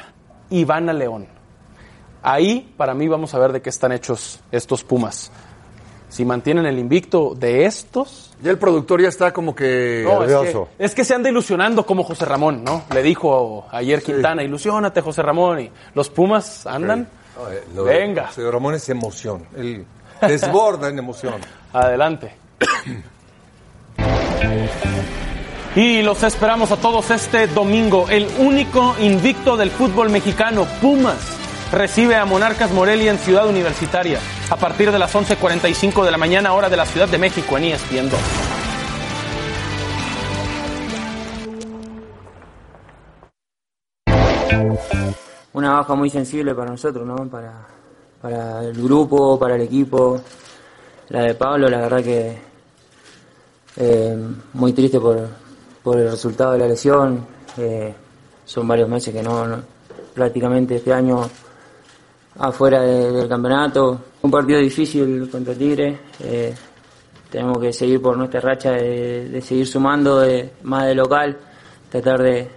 y van a León. Ahí, para mí, vamos a ver de qué están hechos estos Pumas. Si mantienen el invicto de estos... Ya el productor ya está como que. No, es que, nervioso. es que se anda ilusionando como José Ramón, ¿no? Le dijo ayer Quintana, ilusionate José Ramón, y los Pumas andan. No, eh, lo de Venga, José Ramón es emoción. Él desborda en emoción. Adelante. Y los esperamos a todos este domingo. El único invicto del fútbol mexicano, Pumas, recibe a Monarcas Morelia en Ciudad Universitaria a partir de las 11.45 de la mañana, hora de la Ciudad de México, en E ESPN 2. una baja muy sensible para nosotros, ¿no? Para, para el grupo, para el equipo. La de Pablo, la verdad que eh, muy triste por, por el resultado de la lesión. Eh, son varios meses que no, no- prácticamente este año afuera de- del campeonato. Un partido difícil contra Tigre. eh, tenemos que seguir por nuestra racha de, de seguir sumando de- más de local, tratar de,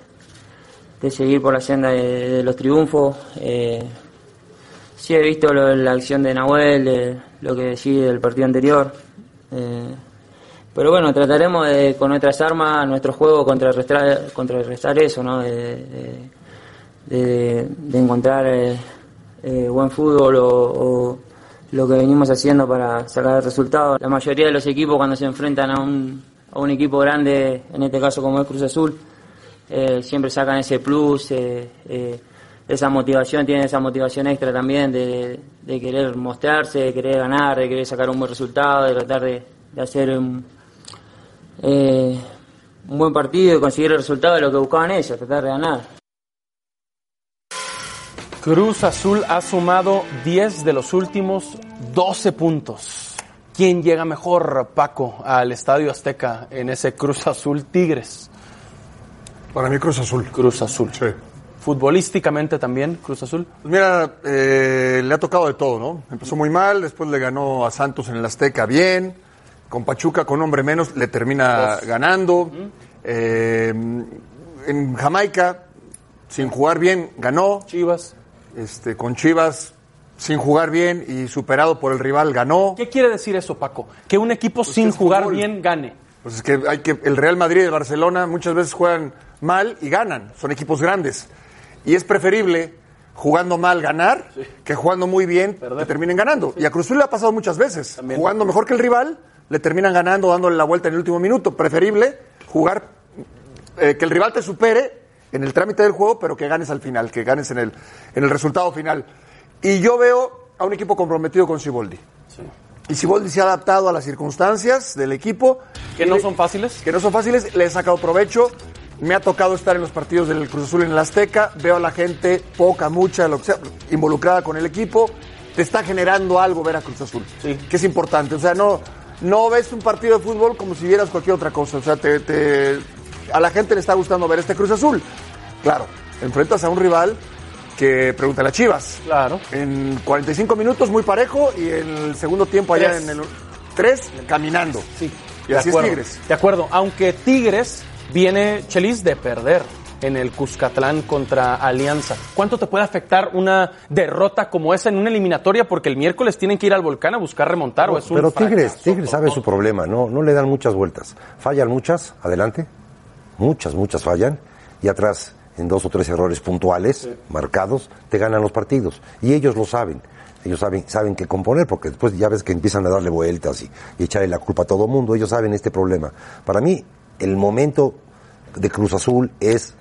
de seguir por la senda de, de los triunfos. Eh, sí he visto lo- la acción de Nahuel, eh, lo que decía del partido anterior. Eh, pero bueno, trataremos de, con nuestras armas, nuestro juego, contrarrestar, contrarrestar eso, ¿no? De, de- de- de encontrar eh, eh, buen fútbol o, o lo que venimos haciendo para sacar el resultado. La mayoría de los equipos cuando se enfrentan a un, a un equipo grande, en este caso como es Cruz Azul, eh, siempre sacan ese plus, eh, eh, esa motivación, tienen esa motivación extra también de, de querer mostrarse, de querer ganar, de querer sacar un buen resultado, de tratar de, de hacer un, eh, un buen partido y conseguir el resultado de lo que buscaban ellos, tratar de ganar. Cruz Azul ha sumado 10 de los últimos 12 puntos. ¿Quién llega mejor, Paco, al Estadio Azteca en ese Cruz Azul Tigres? Para mí Cruz Azul. Cruz Azul. Sí. Futbolísticamente también, Cruz Azul. Pues mira, eh, le ha tocado de todo, ¿no? Empezó muy mal, después le ganó a Santos en el Azteca bien, con Pachuca con hombre menos le termina ganando, Eh, en Jamaica sin jugar bien ganó, Chivas. este, con Chivas sin jugar bien y superado por el rival ganó. Pues ¿Qué quiere decir eso, Paco? Que un equipo sin es jugar fútbol. bien gane. Pues es que hay que el Real Madrid y el Barcelona muchas veces juegan mal y ganan, son equipos grandes. Y es preferible jugando mal ganar que jugando muy bien que terminen ganando. Y a Cruz Azul le ha pasado muchas veces, jugando mejor que el rival le terminan ganando dándole la vuelta en el último minuto, preferible jugar eh, que el rival te supere en el trámite del juego, pero que ganes al final, que ganes en el en el resultado final. Y yo veo a un equipo comprometido con Siboldi. Y Siboldi se ha adaptado a las circunstancias del equipo. Que no son fáciles. Que no son fáciles, le he sacado provecho. Me ha tocado estar en los partidos del Cruz Azul en el Azteca. Veo a la gente, poca, mucha, lo que sea, involucrada con el equipo. Te está generando algo ver a Cruz Azul. Que es importante. O sea, no, no ves un partido de fútbol como si vieras cualquier otra cosa. O sea, te- te- a la gente le está gustando ver este Cruz Azul. Claro, enfrentas a un rival que pregunta a las Chivas. Claro. En 45 minutos muy parejo y en el segundo tiempo Pues allá Tres. en el 3 caminando. Sí. Y De así es acuerdo, Tigres. De acuerdo, aunque Tigres viene, Chelis, de perder en el Cuscatlán contra Alianza. ¿Cuánto te puede afectar una derrota como esa en una eliminatoria? Porque el miércoles tienen que ir al volcán a buscar remontar o es un Pero fracaso. Tigres, Tigres sabe su problema, no, no le dan muchas vueltas. Fallan muchas, adelante. Muchas, muchas fallan. Y atrás, en dos o tres errores puntuales, marcados, te ganan los partidos. Y ellos lo saben. Ellos saben, saben qué componer, porque después ya ves que empiezan a darle vueltas y, y echarle la culpa a todo mundo. Ellos saben este problema. Para mí, el momento de Cruz Azul es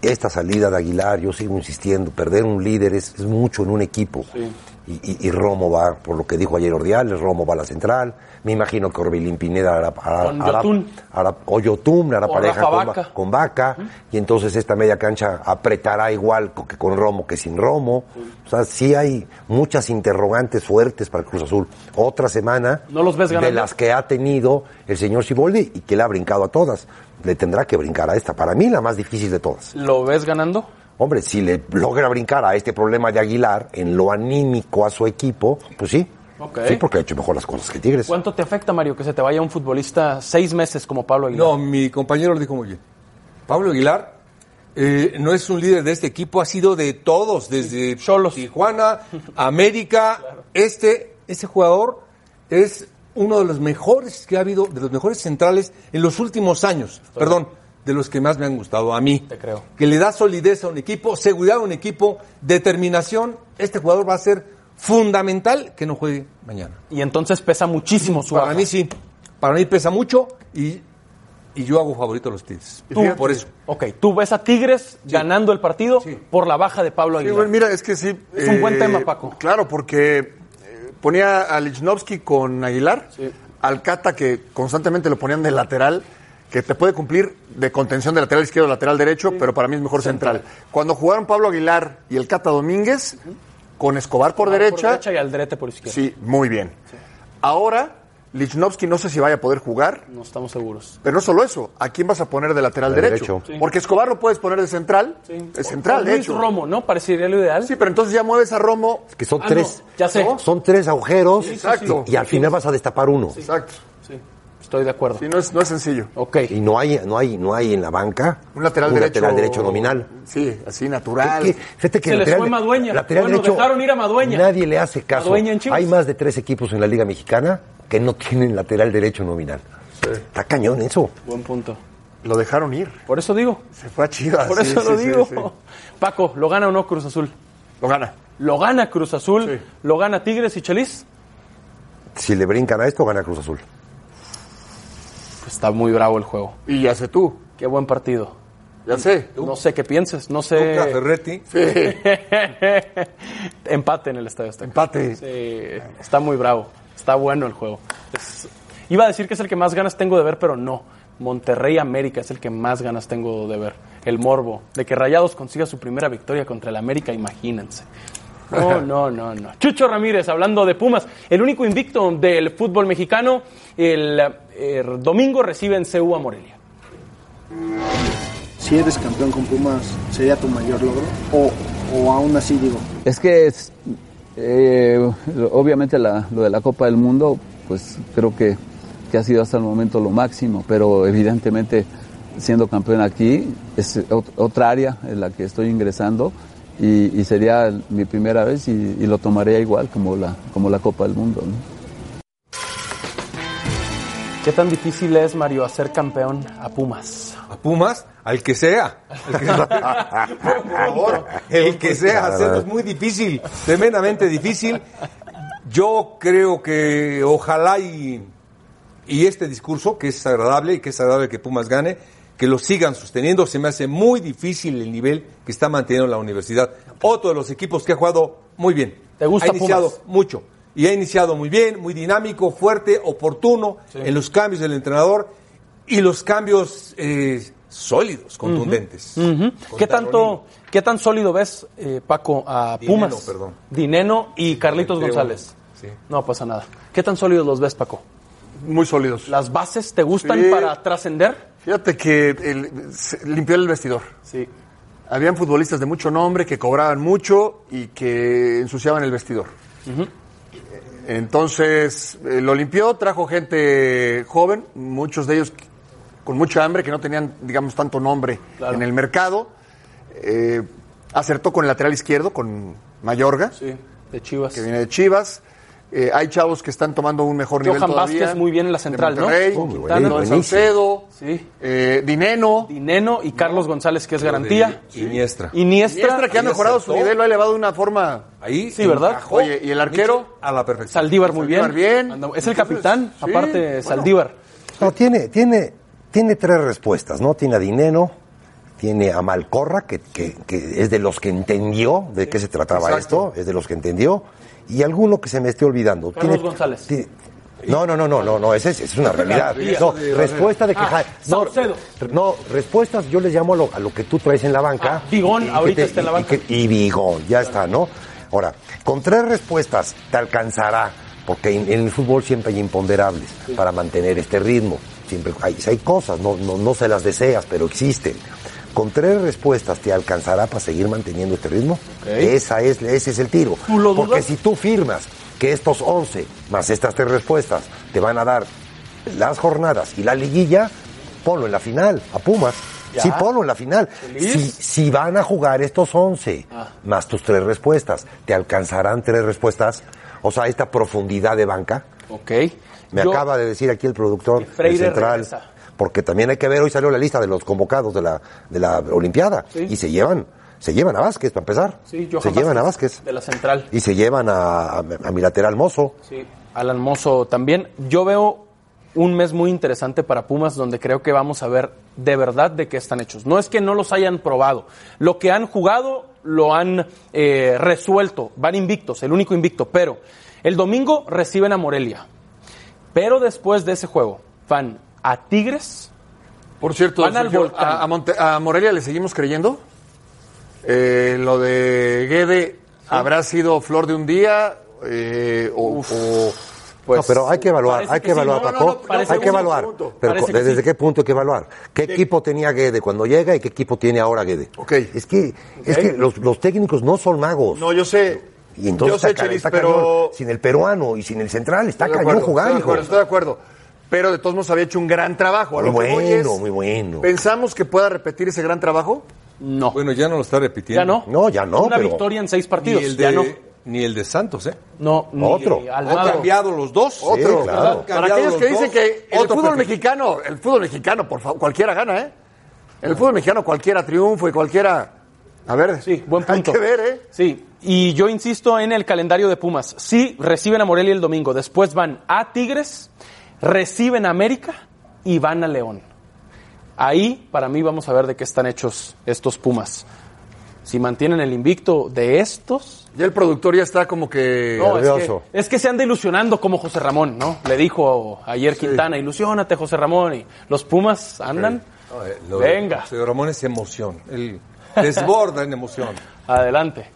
esta salida de Aguilar, yo sigo insistiendo, perder un líder es, es mucho en un equipo. Y, y- y Romo va, por lo que dijo ayer Ordiales, Romo va a la central. Me imagino que Orbelín Pineda hará, hará- Con hará- Yotun. hará- o Yotun hará O pareja Rafa con, Vaca. Va- con Vaca. Y entonces esta media cancha apretará igual co- que con Romo que sin Romo. O sea, sí hay muchas interrogantes fuertes para el Cruz Azul. Otra semana ¿No los ves de ganando? las que ha tenido el señor Ciboldi y que le ha brincado a todas. Le tendrá que brincar a esta. Para mí la más difícil de todas. ¿Lo ves ganando? Hombre, si le logra brincar a este problema de Aguilar en lo anímico a su equipo, pues sí. Ok. Sí, porque ha hecho mejor las cosas que Tigres. ¿Cuánto te afecta, Mario, que se te vaya un futbolista seis meses como Pablo Aguilar? No, mi compañero lo dijo muy bien. Pablo Aguilar eh, no es un líder de este equipo, ha sido de todos, desde Tijuana, América, este, este jugador es uno de los mejores que ha habido, de los mejores centrales en los últimos años. Perdón, de los que más me han gustado a mí. Te creo. Que le da solidez a un equipo, seguridad a un equipo, determinación. Este jugador va a ser fundamental que no juegue mañana. Y entonces pesa muchísimo su Para baja. mí sí. Para mí pesa mucho y, y yo hago favorito a los Tigres. Tú- por eso. Ok, tú ves a Tigres ganando el partido por la baja de Pablo Sí, Aguilar. bueno, mira, es que sí. eh, Es un buen tema, Paco. Claro, porque eh, ponía a Lichnowsky con Aguilar, al Cata que constantemente lo ponían de lateral, que te puede cumplir de contención de lateral izquierdo, lateral derecho, pero para mí es mejor central. Cuando jugaron Pablo Aguilar y el Cata Domínguez, con Escobar por, derecha, y Aldrete por izquierda. sí, muy bien. Ahora, Lichnowsky no sé si vaya a poder jugar, No estamos seguros. pero no solo eso, ¿a quién vas a poner de lateral De derecho? derecho. Sí. Porque Escobar lo puedes poner de central, de central, Con de Luis hecho. Romo, ¿no? Parecería lo ideal. Sí, pero entonces ya mueves a Romo. Que son Ah, tres. no, ya sé. ¿no? Son tres agujeros Exacto. y, y al final vas a destapar uno. Exacto. Sí, estoy de acuerdo. Sí, no es, no es sencillo. Ok. Y no hay, no hay, no hay en la banca Un lateral derecho. lateral derecho nominal. Sí, así natural. Es que, fíjate que Se les lateral- fue Madueña. lateral Bueno, derecho, dejaron ir a Madueña. Nadie le hace caso. Madueña en Chivas. Hay más de tres equipos en la Liga Mexicana que no tienen lateral derecho nominal. Está cañón eso. Buen punto. Lo dejaron ir. Por eso digo. Se fue a Chivas. Por sí, eso sí, lo sí, digo. sí. Paco, ¿lo gana o no Cruz Azul? Lo gana. Lo gana Cruz Azul, Sí. lo gana Tigres y Chelis. Si le brincan a esto, gana Cruz Azul. Pues está muy bravo el juego. Y ya sé tú. Qué buen partido. Ya sé. No sé qué pienses, no sé. Luca Ferretti. Empate en el Estadio Azteca. Empate. Sí, está muy bravo. Está bueno el juego. Es- iba a decir que es el que más ganas tengo de ver, pero no. Monterrey América es el que más ganas tengo de ver. El morbo. De que Rayados consiga su primera victoria contra el América, imagínense. No, no, no, no. Chucho Ramírez, hablando de Pumas, el único invicto del fútbol mexicano, el, eh, domingo recibe en CU a Morelia. Si eres campeón con Pumas, ¿sería tu mayor logro? O, o aún así digo, Es que es, eh, obviamente la- lo de la Copa del Mundo, pues creo que, que ha sido hasta el momento lo máximo, pero evidentemente siendo campeón aquí es ot- otra área en la que estoy ingresando y, y sería mi primera vez y, y lo tomaría igual como la, como la Copa del Mundo. ¿no? ¿Qué tan difícil es, Mario, hacer campeón a Pumas? A Pumas, al que sea. El que sea, por favor, el que sea. Hacerlo es muy difícil, tremendamente difícil. Yo creo que ojalá y, y este discurso, que es agradable y que es agradable que Pumas gane, que lo sigan sosteniendo. Se me hace muy difícil el nivel que está manteniendo la universidad. Otro de los equipos que ha jugado muy bien. ¿Te gusta Ha iniciado Pumas? mucho. Y ha iniciado muy bien, muy dinámico, fuerte, oportuno en los cambios del entrenador y los cambios eh, sólidos, contundentes. Ujú. ¿Qué, tanto, ¿Qué tan sólido ves, eh, Paco, a Dineno, Pumas? perdón. Dineno y Carlitos Mateo, González. sí. No pasa nada. ¿Qué tan sólidos los ves, Paco? Muy sólidos. ¿Las bases te gustan Sí. para trascender? Fíjate que el- se- limpió el vestidor. Sí. Habían futbolistas de mucho nombre que cobraban mucho y que ensuciaban el vestidor. Entonces eh, lo limpió, trajo gente joven, muchos de ellos con mucha hambre, que no tenían, digamos, tanto nombre Claro. en el mercado. Eh, acertó con el lateral izquierdo, con Mayorga, Sí, de Chivas. que viene de Chivas. Eh, hay chavos que están tomando un mejor Johan nivel todavía. Vázquez muy bien en la central, de ¿no? Monterrey, Oh, muy bueno, Noel buenísimo. Saucedo, Sí. eh, Dineno. Dineno y Carlos González, que es garantía. Iniestra. Iniestra, Iniestra que ha mejorado su nivel, lo ha elevado de una forma. Ahí Sí, ¿verdad? encajó Oye, ¿y el arquero? Nietzsche A la perfección. Saldívar muy bien. Saldívar bien. Anda- es el Entonces, capitán, sí, aparte bueno. Este Saldívar. No, tiene, tiene, tiene tres respuestas, ¿no? Tiene a Dineno, tiene a Malcorra, que, que- que es de los que entendió de qué se trataba esto, es de los que entendió, y alguno que se me esté olvidando. Carlos Tiene- González. ti- no, no, no, no, no, no, esa es, es una realidad. No, respuesta de que... Ah, no, Saucedo. no, respuestas yo les llamo a lo, a lo que tú traes en la banca. Ah, Bigón y que ahorita está en la y- y banca. que- y Bigón, ya está, ¿no? Ahora, con tres respuestas te alcanzará, porque en, en el fútbol siempre hay imponderables para mantener este ritmo. Siempre hay, hay cosas, no, no, no se las deseas, pero existen. Con tres respuestas te alcanzará para seguir manteniendo este ritmo. Esa es, ese es el tiro. ¿Tú lo dudas? Porque si tú firmas que estos 11 más estas tres respuestas te van a dar las jornadas y la liguilla, ponlo en la final, a Pumas. Sí, ponlo en la final. Si, si van a jugar estos 11 Ah. más tus tres respuestas, te alcanzarán tres respuestas. O sea, esta profundidad de banca. Ok. Me Yo- acaba de decir aquí el productor El Freire el central. regresa. Porque también hay que ver, hoy salió la lista de los convocados de la, de la Olimpiada. Sí. Y se llevan, se llevan a Vázquez para empezar. Sí, se Johan llevan a Vázquez. De la central. Y se llevan a, a- a mi lateral mozo. Sí, Alan Mozo también. Yo veo un mes muy interesante para Pumas donde creo que vamos a ver de verdad de qué están hechos. No es que no los hayan probado. Lo que han jugado lo han eh, resuelto. Van invictos, el único invicto. Pero el domingo reciben a Morelia. Pero después de ese juego van a Tigres. Por cierto, Van al Sergio, volcán. a, a Monte- a Morelia le seguimos creyendo. Eh, lo de Guede habrá sido flor de un día eh, o, o, pues, no, pero hay que evaluar, parece hay que que, sí. evaluar, No, no, no, Paco. parece hay que que sí, evaluar. punto. Pero Parece co- que ¿desde sí. qué punto hay que evaluar? ¿Qué equipo tenía Guede cuando llega y qué equipo tiene ahora Guede? Ok. Es que, es que los, los técnicos no son magos. No, yo sé. y entonces yo sé, está, ca- Chelis, está pero cañón. Sin el peruano y sin el central, está Estoy de cañón acuerdo, jugar, Estoy de hijo. acuerdo, estoy de acuerdo. Pero de todos modos había hecho un gran trabajo. A Muy lo que voy bueno, es, muy bueno. ¿Pensamos que pueda repetir ese gran trabajo? No. Bueno, ya no lo está repitiendo. ya no. no, ya no, Una pero- victoria en seis Ni partidos. el de, Ya no. ni el de Santos, ¿eh? No, ni Otro. Han Almada. cambiado los dos. Otro. claro. Han Para cambiado aquellos que los dicen dos. que el Otro fútbol perfil. mexicano, el fútbol mexicano, por favor, cualquiera gana, ¿eh? En el fútbol mexicano cualquiera triunfo y cualquiera... A ver, Sí, buen punto. hay que ver, ¿eh? Sí, y yo insisto en el calendario de Pumas. Sí, reciben a Morelia el domingo, después van a Tigres, reciben a América y van a León. Ahí, para mí, vamos a ver de qué están hechos estos Pumas. Si mantienen el invicto de estos... Ya el productor ya está como que... No, es que, nervioso. es que se anda ilusionando como José Ramón, ¿no? Le dijo ayer Quintana, ilusionate José Ramón. Y los Pumas andan... No, eh, lo- Venga, Sergio Ramón es emoción. Él desborda en emoción. adelante.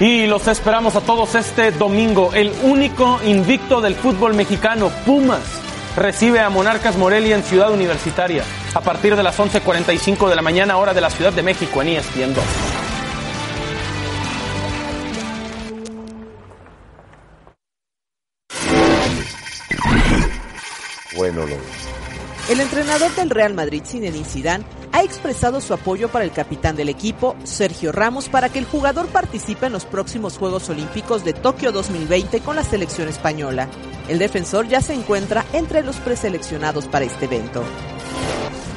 Y los esperamos a todos este domingo. El único invicto del fútbol mexicano, Pumas, recibe a Monarcas Morelia en Ciudad Universitaria a partir de las 11.45 de la mañana, hora de la Ciudad de México, en E ESPN 2. Bueno, lo- El entrenador del Real Madrid, Zinedine Zidane, ha expresado su apoyo para el capitán del equipo, Sergio Ramos, para que el jugador participe en los próximos Juegos Olímpicos de Tokio 2020 con la selección española. El defensor ya se encuentra entre los preseleccionados para este evento.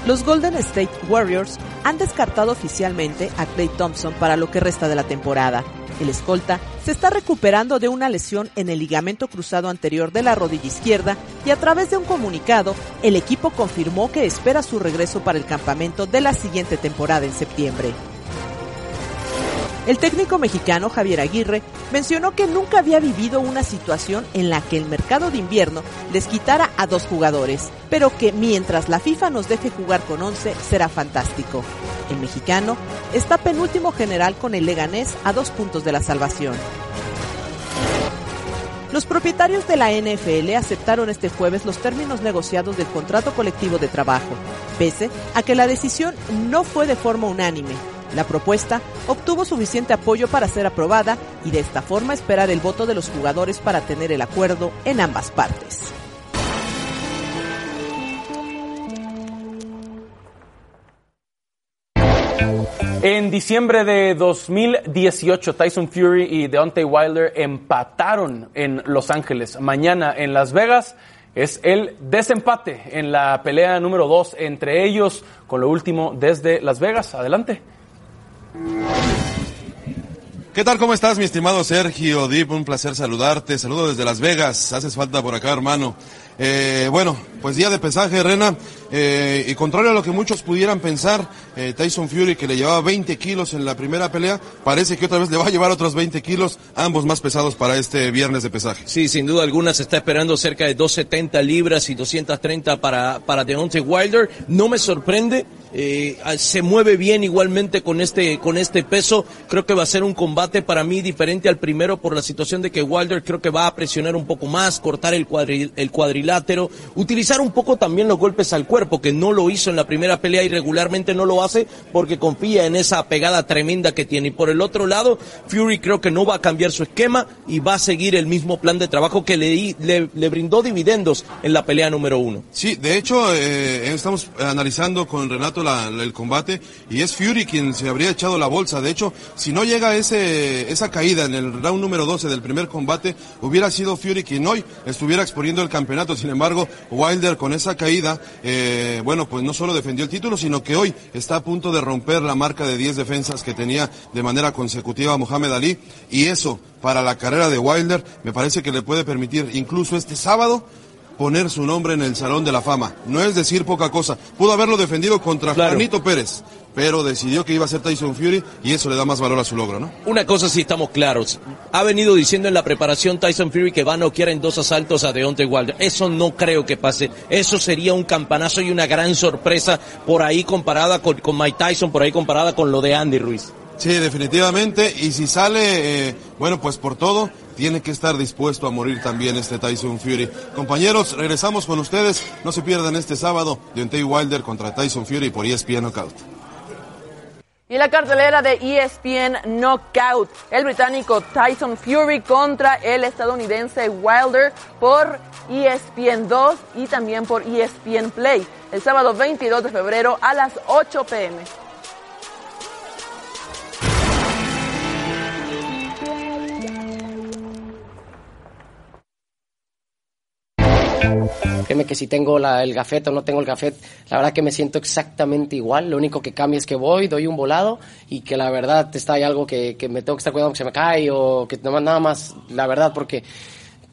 Los Golden State Warriors han descartado oficialmente a Clay Thompson para lo que resta de la temporada. El escolta se está recuperando de una lesión en el ligamento cruzado anterior de la rodilla izquierda y a través de un comunicado, el equipo confirmó que espera su regreso para el campamento de la siguiente temporada en septiembre. El técnico mexicano Javier Aguirre mencionó que nunca había vivido una situación en la que el mercado de invierno les quitara a dos jugadores, pero que mientras la FIFA nos deje jugar con 11 será fantástico. El mexicano está penúltimo general con el Leganés a dos puntos de la salvación. Los propietarios de la NFL aceptaron este jueves los términos negociados del contrato colectivo de trabajo, pese a que la decisión no fue de forma unánime. La propuesta obtuvo suficiente apoyo para ser aprobada y de esta forma esperar el voto de los jugadores para tener el acuerdo en ambas partes. En diciembre de 2018, Tyson Fury y Deontay Wilder empataron en Los Ángeles. Mañana en Las Vegas es el desempate en la pelea número 2 entre ellos, con lo último desde Las Vegas. Adelante. ¿Qué tal? ¿Cómo estás, mi estimado Sergio Dip? Un placer saludarte. Saludo desde Las Vegas. Haces falta por acá, hermano. Eh, bueno, pues día de pesaje, Rena. Eh, y contrario a lo que muchos pudieran pensar, eh, Tyson Fury, que le llevaba 20 kilos en la primera pelea, parece que otra vez le va a llevar otros 20 kilos, ambos más pesados para este viernes de pesaje. Sí, sin duda alguna se está esperando cerca de 270 libras y 230 para, para Deontay Wilder. No me sorprende. eh, se mueve bien igualmente con este con este peso. Creo que va a ser un combate para mí diferente al primero por la situación de que Wilder creo que va a presionar un poco más, cortar el, cuadri- el cuadrilátero, utilizar un poco también los golpes al cuerpo que no lo hizo en la primera pelea y regularmente no lo hace porque confía en esa pegada tremenda que tiene. Y por el otro lado, Fury creo que no va a cambiar su esquema y va a seguir el mismo plan de trabajo que le, di- le, le brindó dividendos en la pelea número uno. Sí, de hecho, eh, estamos analizando con Renato la- la- el combate y es Fury quien se habría echado la bolsa. De hecho, si no llega ese, esa caída en el round número 12 del primer combate, hubiera sido Fury quien hoy estuviera exponiendo el campeonato. Sin embargo, Wilder con esa caída, eh, bueno, pues no solo defendió el título, sino que hoy está a punto de romper la marca de 10 defensas que tenía de manera consecutiva Mohamed Ali y eso para la carrera de Wilder me parece que le puede permitir incluso este sábado poner su nombre en el Salón de la Fama. No es decir poca cosa. Pudo haberlo defendido contra Juanito Pérez, pero decidió que iba a ser Tyson Fury y eso le da más valor a su logro, ¿no? Una cosa sí estamos claros. Ha venido diciendo en la preparación Tyson Fury que va a noquear en dos asaltos a Deontay Wilder. Eso no creo que pase. Eso sería un campanazo y una gran sorpresa por ahí comparada con, con Mike Tyson, por ahí comparada con lo de Andy Ruiz. Sí, definitivamente. Y si sale, eh, bueno, pues por todo, tiene que estar dispuesto a morir también este Tyson Fury. Compañeros, regresamos con ustedes. No se pierdan este sábado Deontay Wilder contra Tyson Fury por E ESPN Knockout. Y la cartelera de E ESPN Knockout, el británico Tyson Fury contra el estadounidense Wilder por E ESPN 2 y también por E ESPN Play, el sábado 22 de febrero a las 8 pm. Créeme que si tengo la- el gafet o no tengo el gafet, la verdad que me siento exactamente igual. Lo único que cambia es que voy, doy un volado y que la verdad está hay algo que, que me tengo que estar cuidando que se me cae o que nomás nada más, la verdad, porque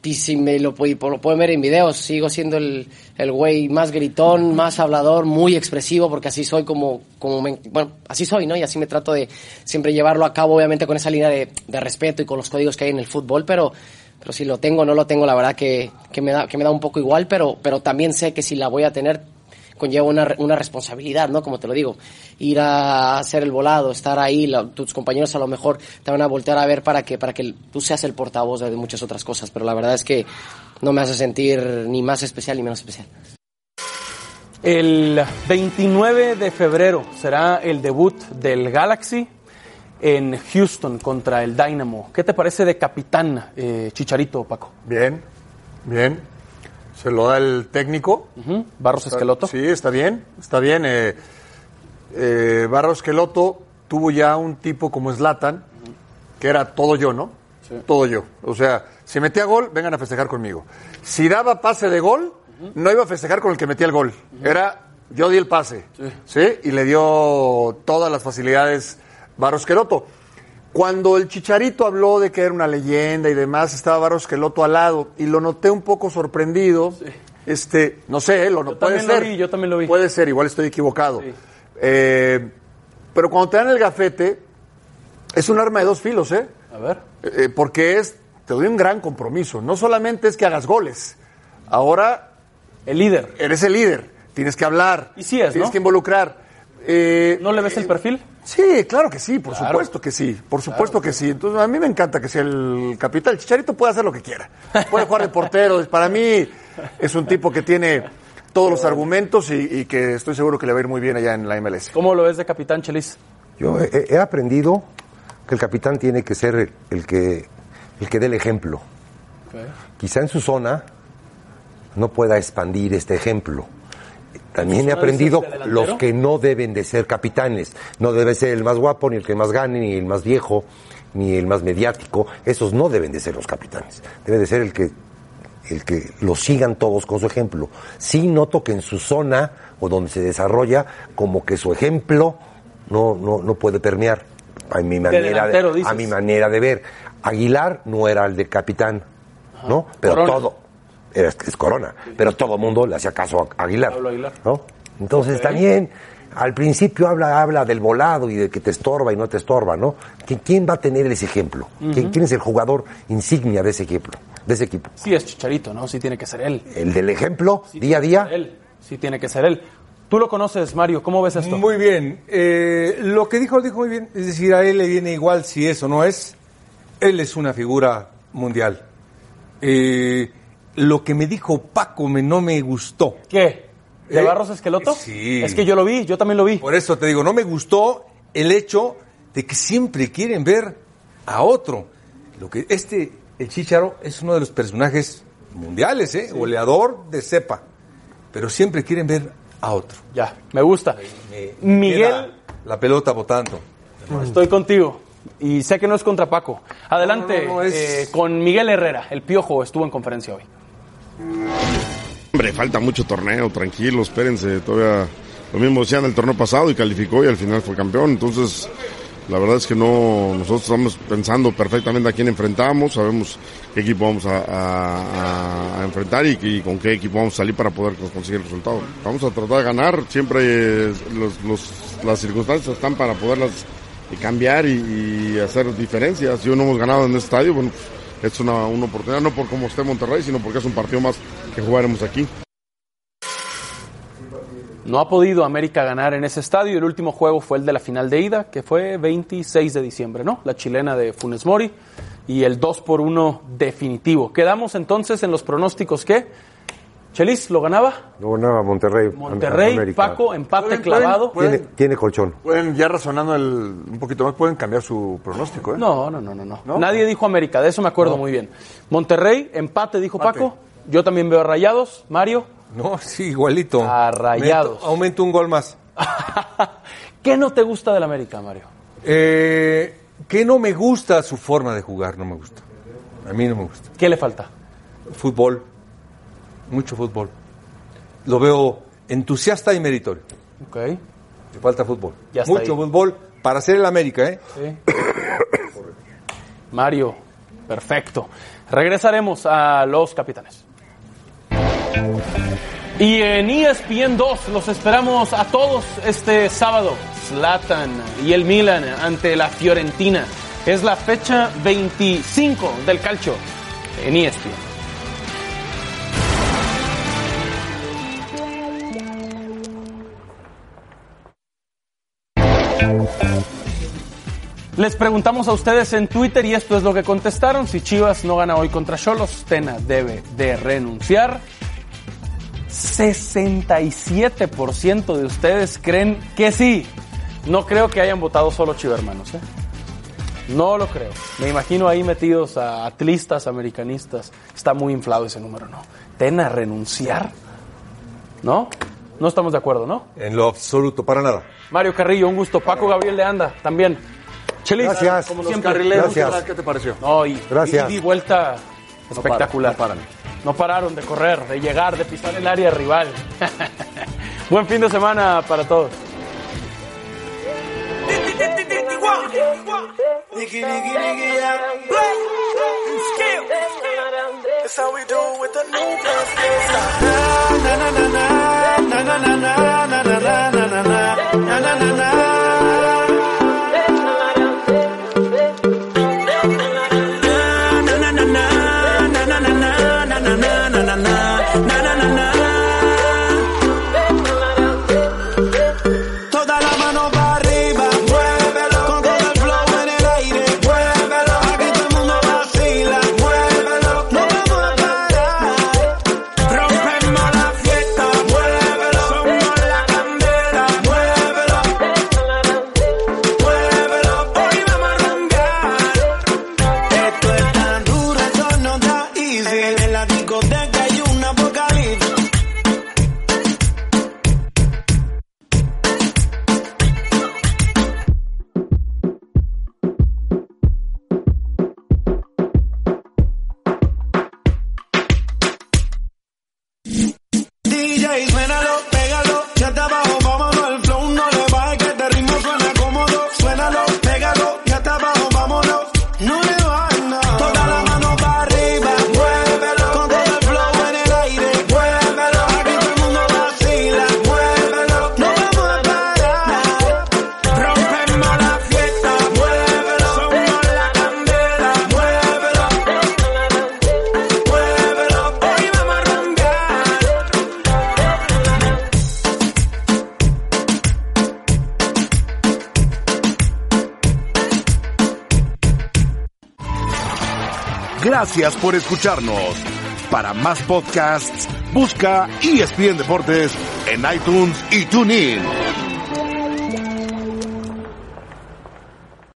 y si me lo, pu- lo pueden ver en videos, sigo siendo el, el güey más gritón, más hablador, muy expresivo, porque así soy como, como me- bueno, así soy, ¿no? Y así me trato de siempre llevarlo a cabo, obviamente con esa línea de, de respeto y con los códigos que hay en el fútbol, pero, pero si lo tengo o no lo tengo, la verdad que, que, me da, que me da un poco igual, pero, pero también sé que si la voy a tener, conlleva una, re- una responsabilidad, ¿no? Como te lo digo, ir a hacer el volado, estar ahí, la- tus compañeros a lo mejor te van a voltear a ver para que, para que tú seas el portavoz de muchas otras cosas, pero la verdad es que no me hace sentir ni más especial ni menos especial. El 29 de febrero será el debut del Galaxy en Houston contra el Dynamo. ¿Qué te parece de capitán eh, Chicharito, Paco? Bien, bien. Se lo da el técnico. Barros Esqueloto. Sí, está bien, está bien. eh, eh, Barros Queloto tuvo ya un tipo como Slatan, que era todo yo, ¿no? Todo yo. O sea, si metía gol, vengan a festejar conmigo. Si daba pase de gol, no iba a festejar con el que metía el gol. Era yo di el pase. Sí. Y le dio todas las facilidades Barros Queloto. Cuando el Chicharito habló de que era una leyenda y demás, estaba Barros Queloto al lado y lo noté un poco sorprendido. Este, no sé, lo no puede también lo ser. vi, yo también lo vi. Puede ser, igual estoy equivocado. Eh, pero cuando te dan el gafete, es un arma de dos filos, ¿eh? A ver. Eh, porque es, te doy un gran compromiso. No solamente es que hagas goles, ahora... El líder. Eres el líder, tienes que hablar. Y sí es, Tienes ¿no? que involucrar. Eh, ¿No le ves el perfil? Sí, claro que sí, por supuesto que sí, por supuesto que sí. Entonces, a mí me encanta que sea el capitán. El Chicharito puede hacer lo que quiera. Puede jugar de portero. Para mí es un tipo que tiene todos los argumentos y, y que estoy seguro que le va a ir muy bien allá en la MLS. ¿Cómo lo ves de capitán Chelis? Yo he, he aprendido que el capitán tiene que ser el, el que, el que dé el ejemplo. Quizá en su zona no pueda expandir este ejemplo. También he ¿Zona aprendido dices de delantero? los que no deben de ser capitanes. No debe ser el más guapo, ni el que más gane, ni el más viejo, ni el más mediático. Esos no deben de ser los capitanes. Debe de ser el que el que lo sigan todos con su ejemplo. Sí noto que en su zona o donde se desarrolla, como que su ejemplo no, no, no puede permear. A mi manera de, delantero, dices. a mi manera de ver. Aguilar no era el de capitán, ¿no? Pero Corona. todo, era, es Corona, pero todo mundo le hacía caso a Aguilar. Pablo Aguilar. ¿no? Entonces Ok. también, al principio habla, habla del volado y de que te estorba y no te estorba, ¿no? ¿Que- ¿Quién va a tener ese ejemplo? ¿Qui- Ujú. ¿Quién es el jugador insignia de ese equipo? De ese equipo? Sí es Chicharito, ¿no? Sí tiene que ser él. El del ejemplo, día a día. Él. Sí tiene que ser él. Tú lo conoces, Mario. ¿Cómo ves esto? Muy bien. eh, lo que dijo, lo dijo muy bien. Es decir, a él le viene igual si eso no es. Él es una figura mundial. Eh, lo que me dijo Paco me, no me gustó. ¿Qué? ¿De Eh, Barros Esqueloto? Sí. Es que yo lo vi, yo también lo vi. Por eso te digo, no me gustó el hecho de que siempre quieren ver a otro. Lo que este, el Chicharo, es uno de los personajes mundiales, ¿eh? Goleador de cepa. Pero siempre quieren ver a otro. Ya, me gusta. Eh, Miguel, La pelota votando. estoy contigo. Y sé que no es contra Paco. Adelante eh, con Miguel Herrera. El Piojo estuvo en conferencia hoy. Hombre, falta mucho torneo, tranquilo, espérense, todavía lo mismo decían el torneo pasado y calificó y al final fue campeón, entonces la verdad es que no, nosotros estamos pensando perfectamente a quién enfrentamos, sabemos qué equipo vamos a, a- a enfrentar y, y con qué equipo vamos a salir para poder cons- conseguir el resultado. Vamos a tratar de ganar, siempre eh, los- los- las circunstancias están para poderlas eh, cambiar y, y hacer diferencias. Si hoy no hemos ganado en este estadio, bueno, pues, es una, una oportunidad, no por cómo esté Monterrey, sino porque es un partido más que jugaremos aquí. No ha podido América ganar en ese estadio. El último juego fue el de la final de ida, que fue 26 de diciembre, ¿no? La chilena de Funes Mori y el 2 por 1 definitivo. Quedamos entonces en los pronósticos que Chelis lo ganaba, No, no, Monterrey. Monterrey, América. Paco, empate clavado. Tiene, tiene colchón. Pueden, ya razonando el, un poquito más, pueden cambiar su pronóstico, ¿eh? No, no, no, no, no. Nadie dijo América, de eso me acuerdo muy bien. Monterrey, empate, dijo Paco. Yo también veo a Rayados, Mario. No, sí, igualito. A Rayados. Aumento, aumento un gol más. ¿Qué no te gusta del América, Mario? Eh, que no me gusta su forma de jugar, no me gusta. A mí no me gusta. ¿Qué le falta? Fútbol. Mucho fútbol. Lo veo entusiasta y meritorio. Ok. Le falta fútbol. Ya está Mucho ahí. fútbol para ser el América, ¿eh? Sí. Mario, perfecto. Regresaremos a los capitanes. Y en E ESPN 2 los esperamos a todos este sábado. Zlatan y el Milan ante la Fiorentina. Es la fecha 25 del calcio en E ESPN. Les preguntamos a ustedes en Twitter y esto es lo que contestaron. Si Chivas no gana hoy contra Cholos, Tena debe de renunciar. 67% de ustedes creen que sí. No creo que hayan votado solo chivermanos, ¿eh? No lo creo. Me imagino ahí metidos a atlistas, americanistas. Está muy inflado ese número, ¿no? Tena renunciar, ¿no? No estamos de acuerdo, ¿no? En lo absoluto, para nada. Mario Carrillo, un gusto. Paco Gabriel de Anda, también. Chelis, Gracias. como Los siempre. carrileros, Gracias. ¿Qué te pareció? No, y, Gracias. y- y vuelta espectacular. No, pararon de correr, de llegar, de pisar el área rival. Buen fin de semana para todos. Nigga, nigga, nigga, yeah. Black, and skill. That's how we do it with the new Na na na na na na na na na na na na na na na na. Toda la mano para arriba, muévelo. Con todo el flow en el aire, muévelo. A que todo el mundo vacila, muévelo. No vamos a parar. Rompemos la fiesta, muévelo. Somos la candela, muévelo. Muévelo, hoy vamos a rumbear. Esto es tan duro, eso no está easy. En la discoteca hay un apocalipsis. DJ, suénalo, pégalo, ya está abajo, vámonos al flow, no le bajes que este ritmo suena cómodo. Suénalo, pégalo, ya está abajo, vámonos, no le bajes, no. Toda la mano para arriba, muévelo, con todo el flow en el aire, muévelo. Aquí todo el mundo vacila, muévelo, no vamos a parar. Rompemos la fiesta, muévelo, somos la candela, muévelo. Muévelo, hoy vamos a rumbear. Gracias por escucharnos. Para más podcasts, busca ESPN Deportes en iTunes y TuneIn.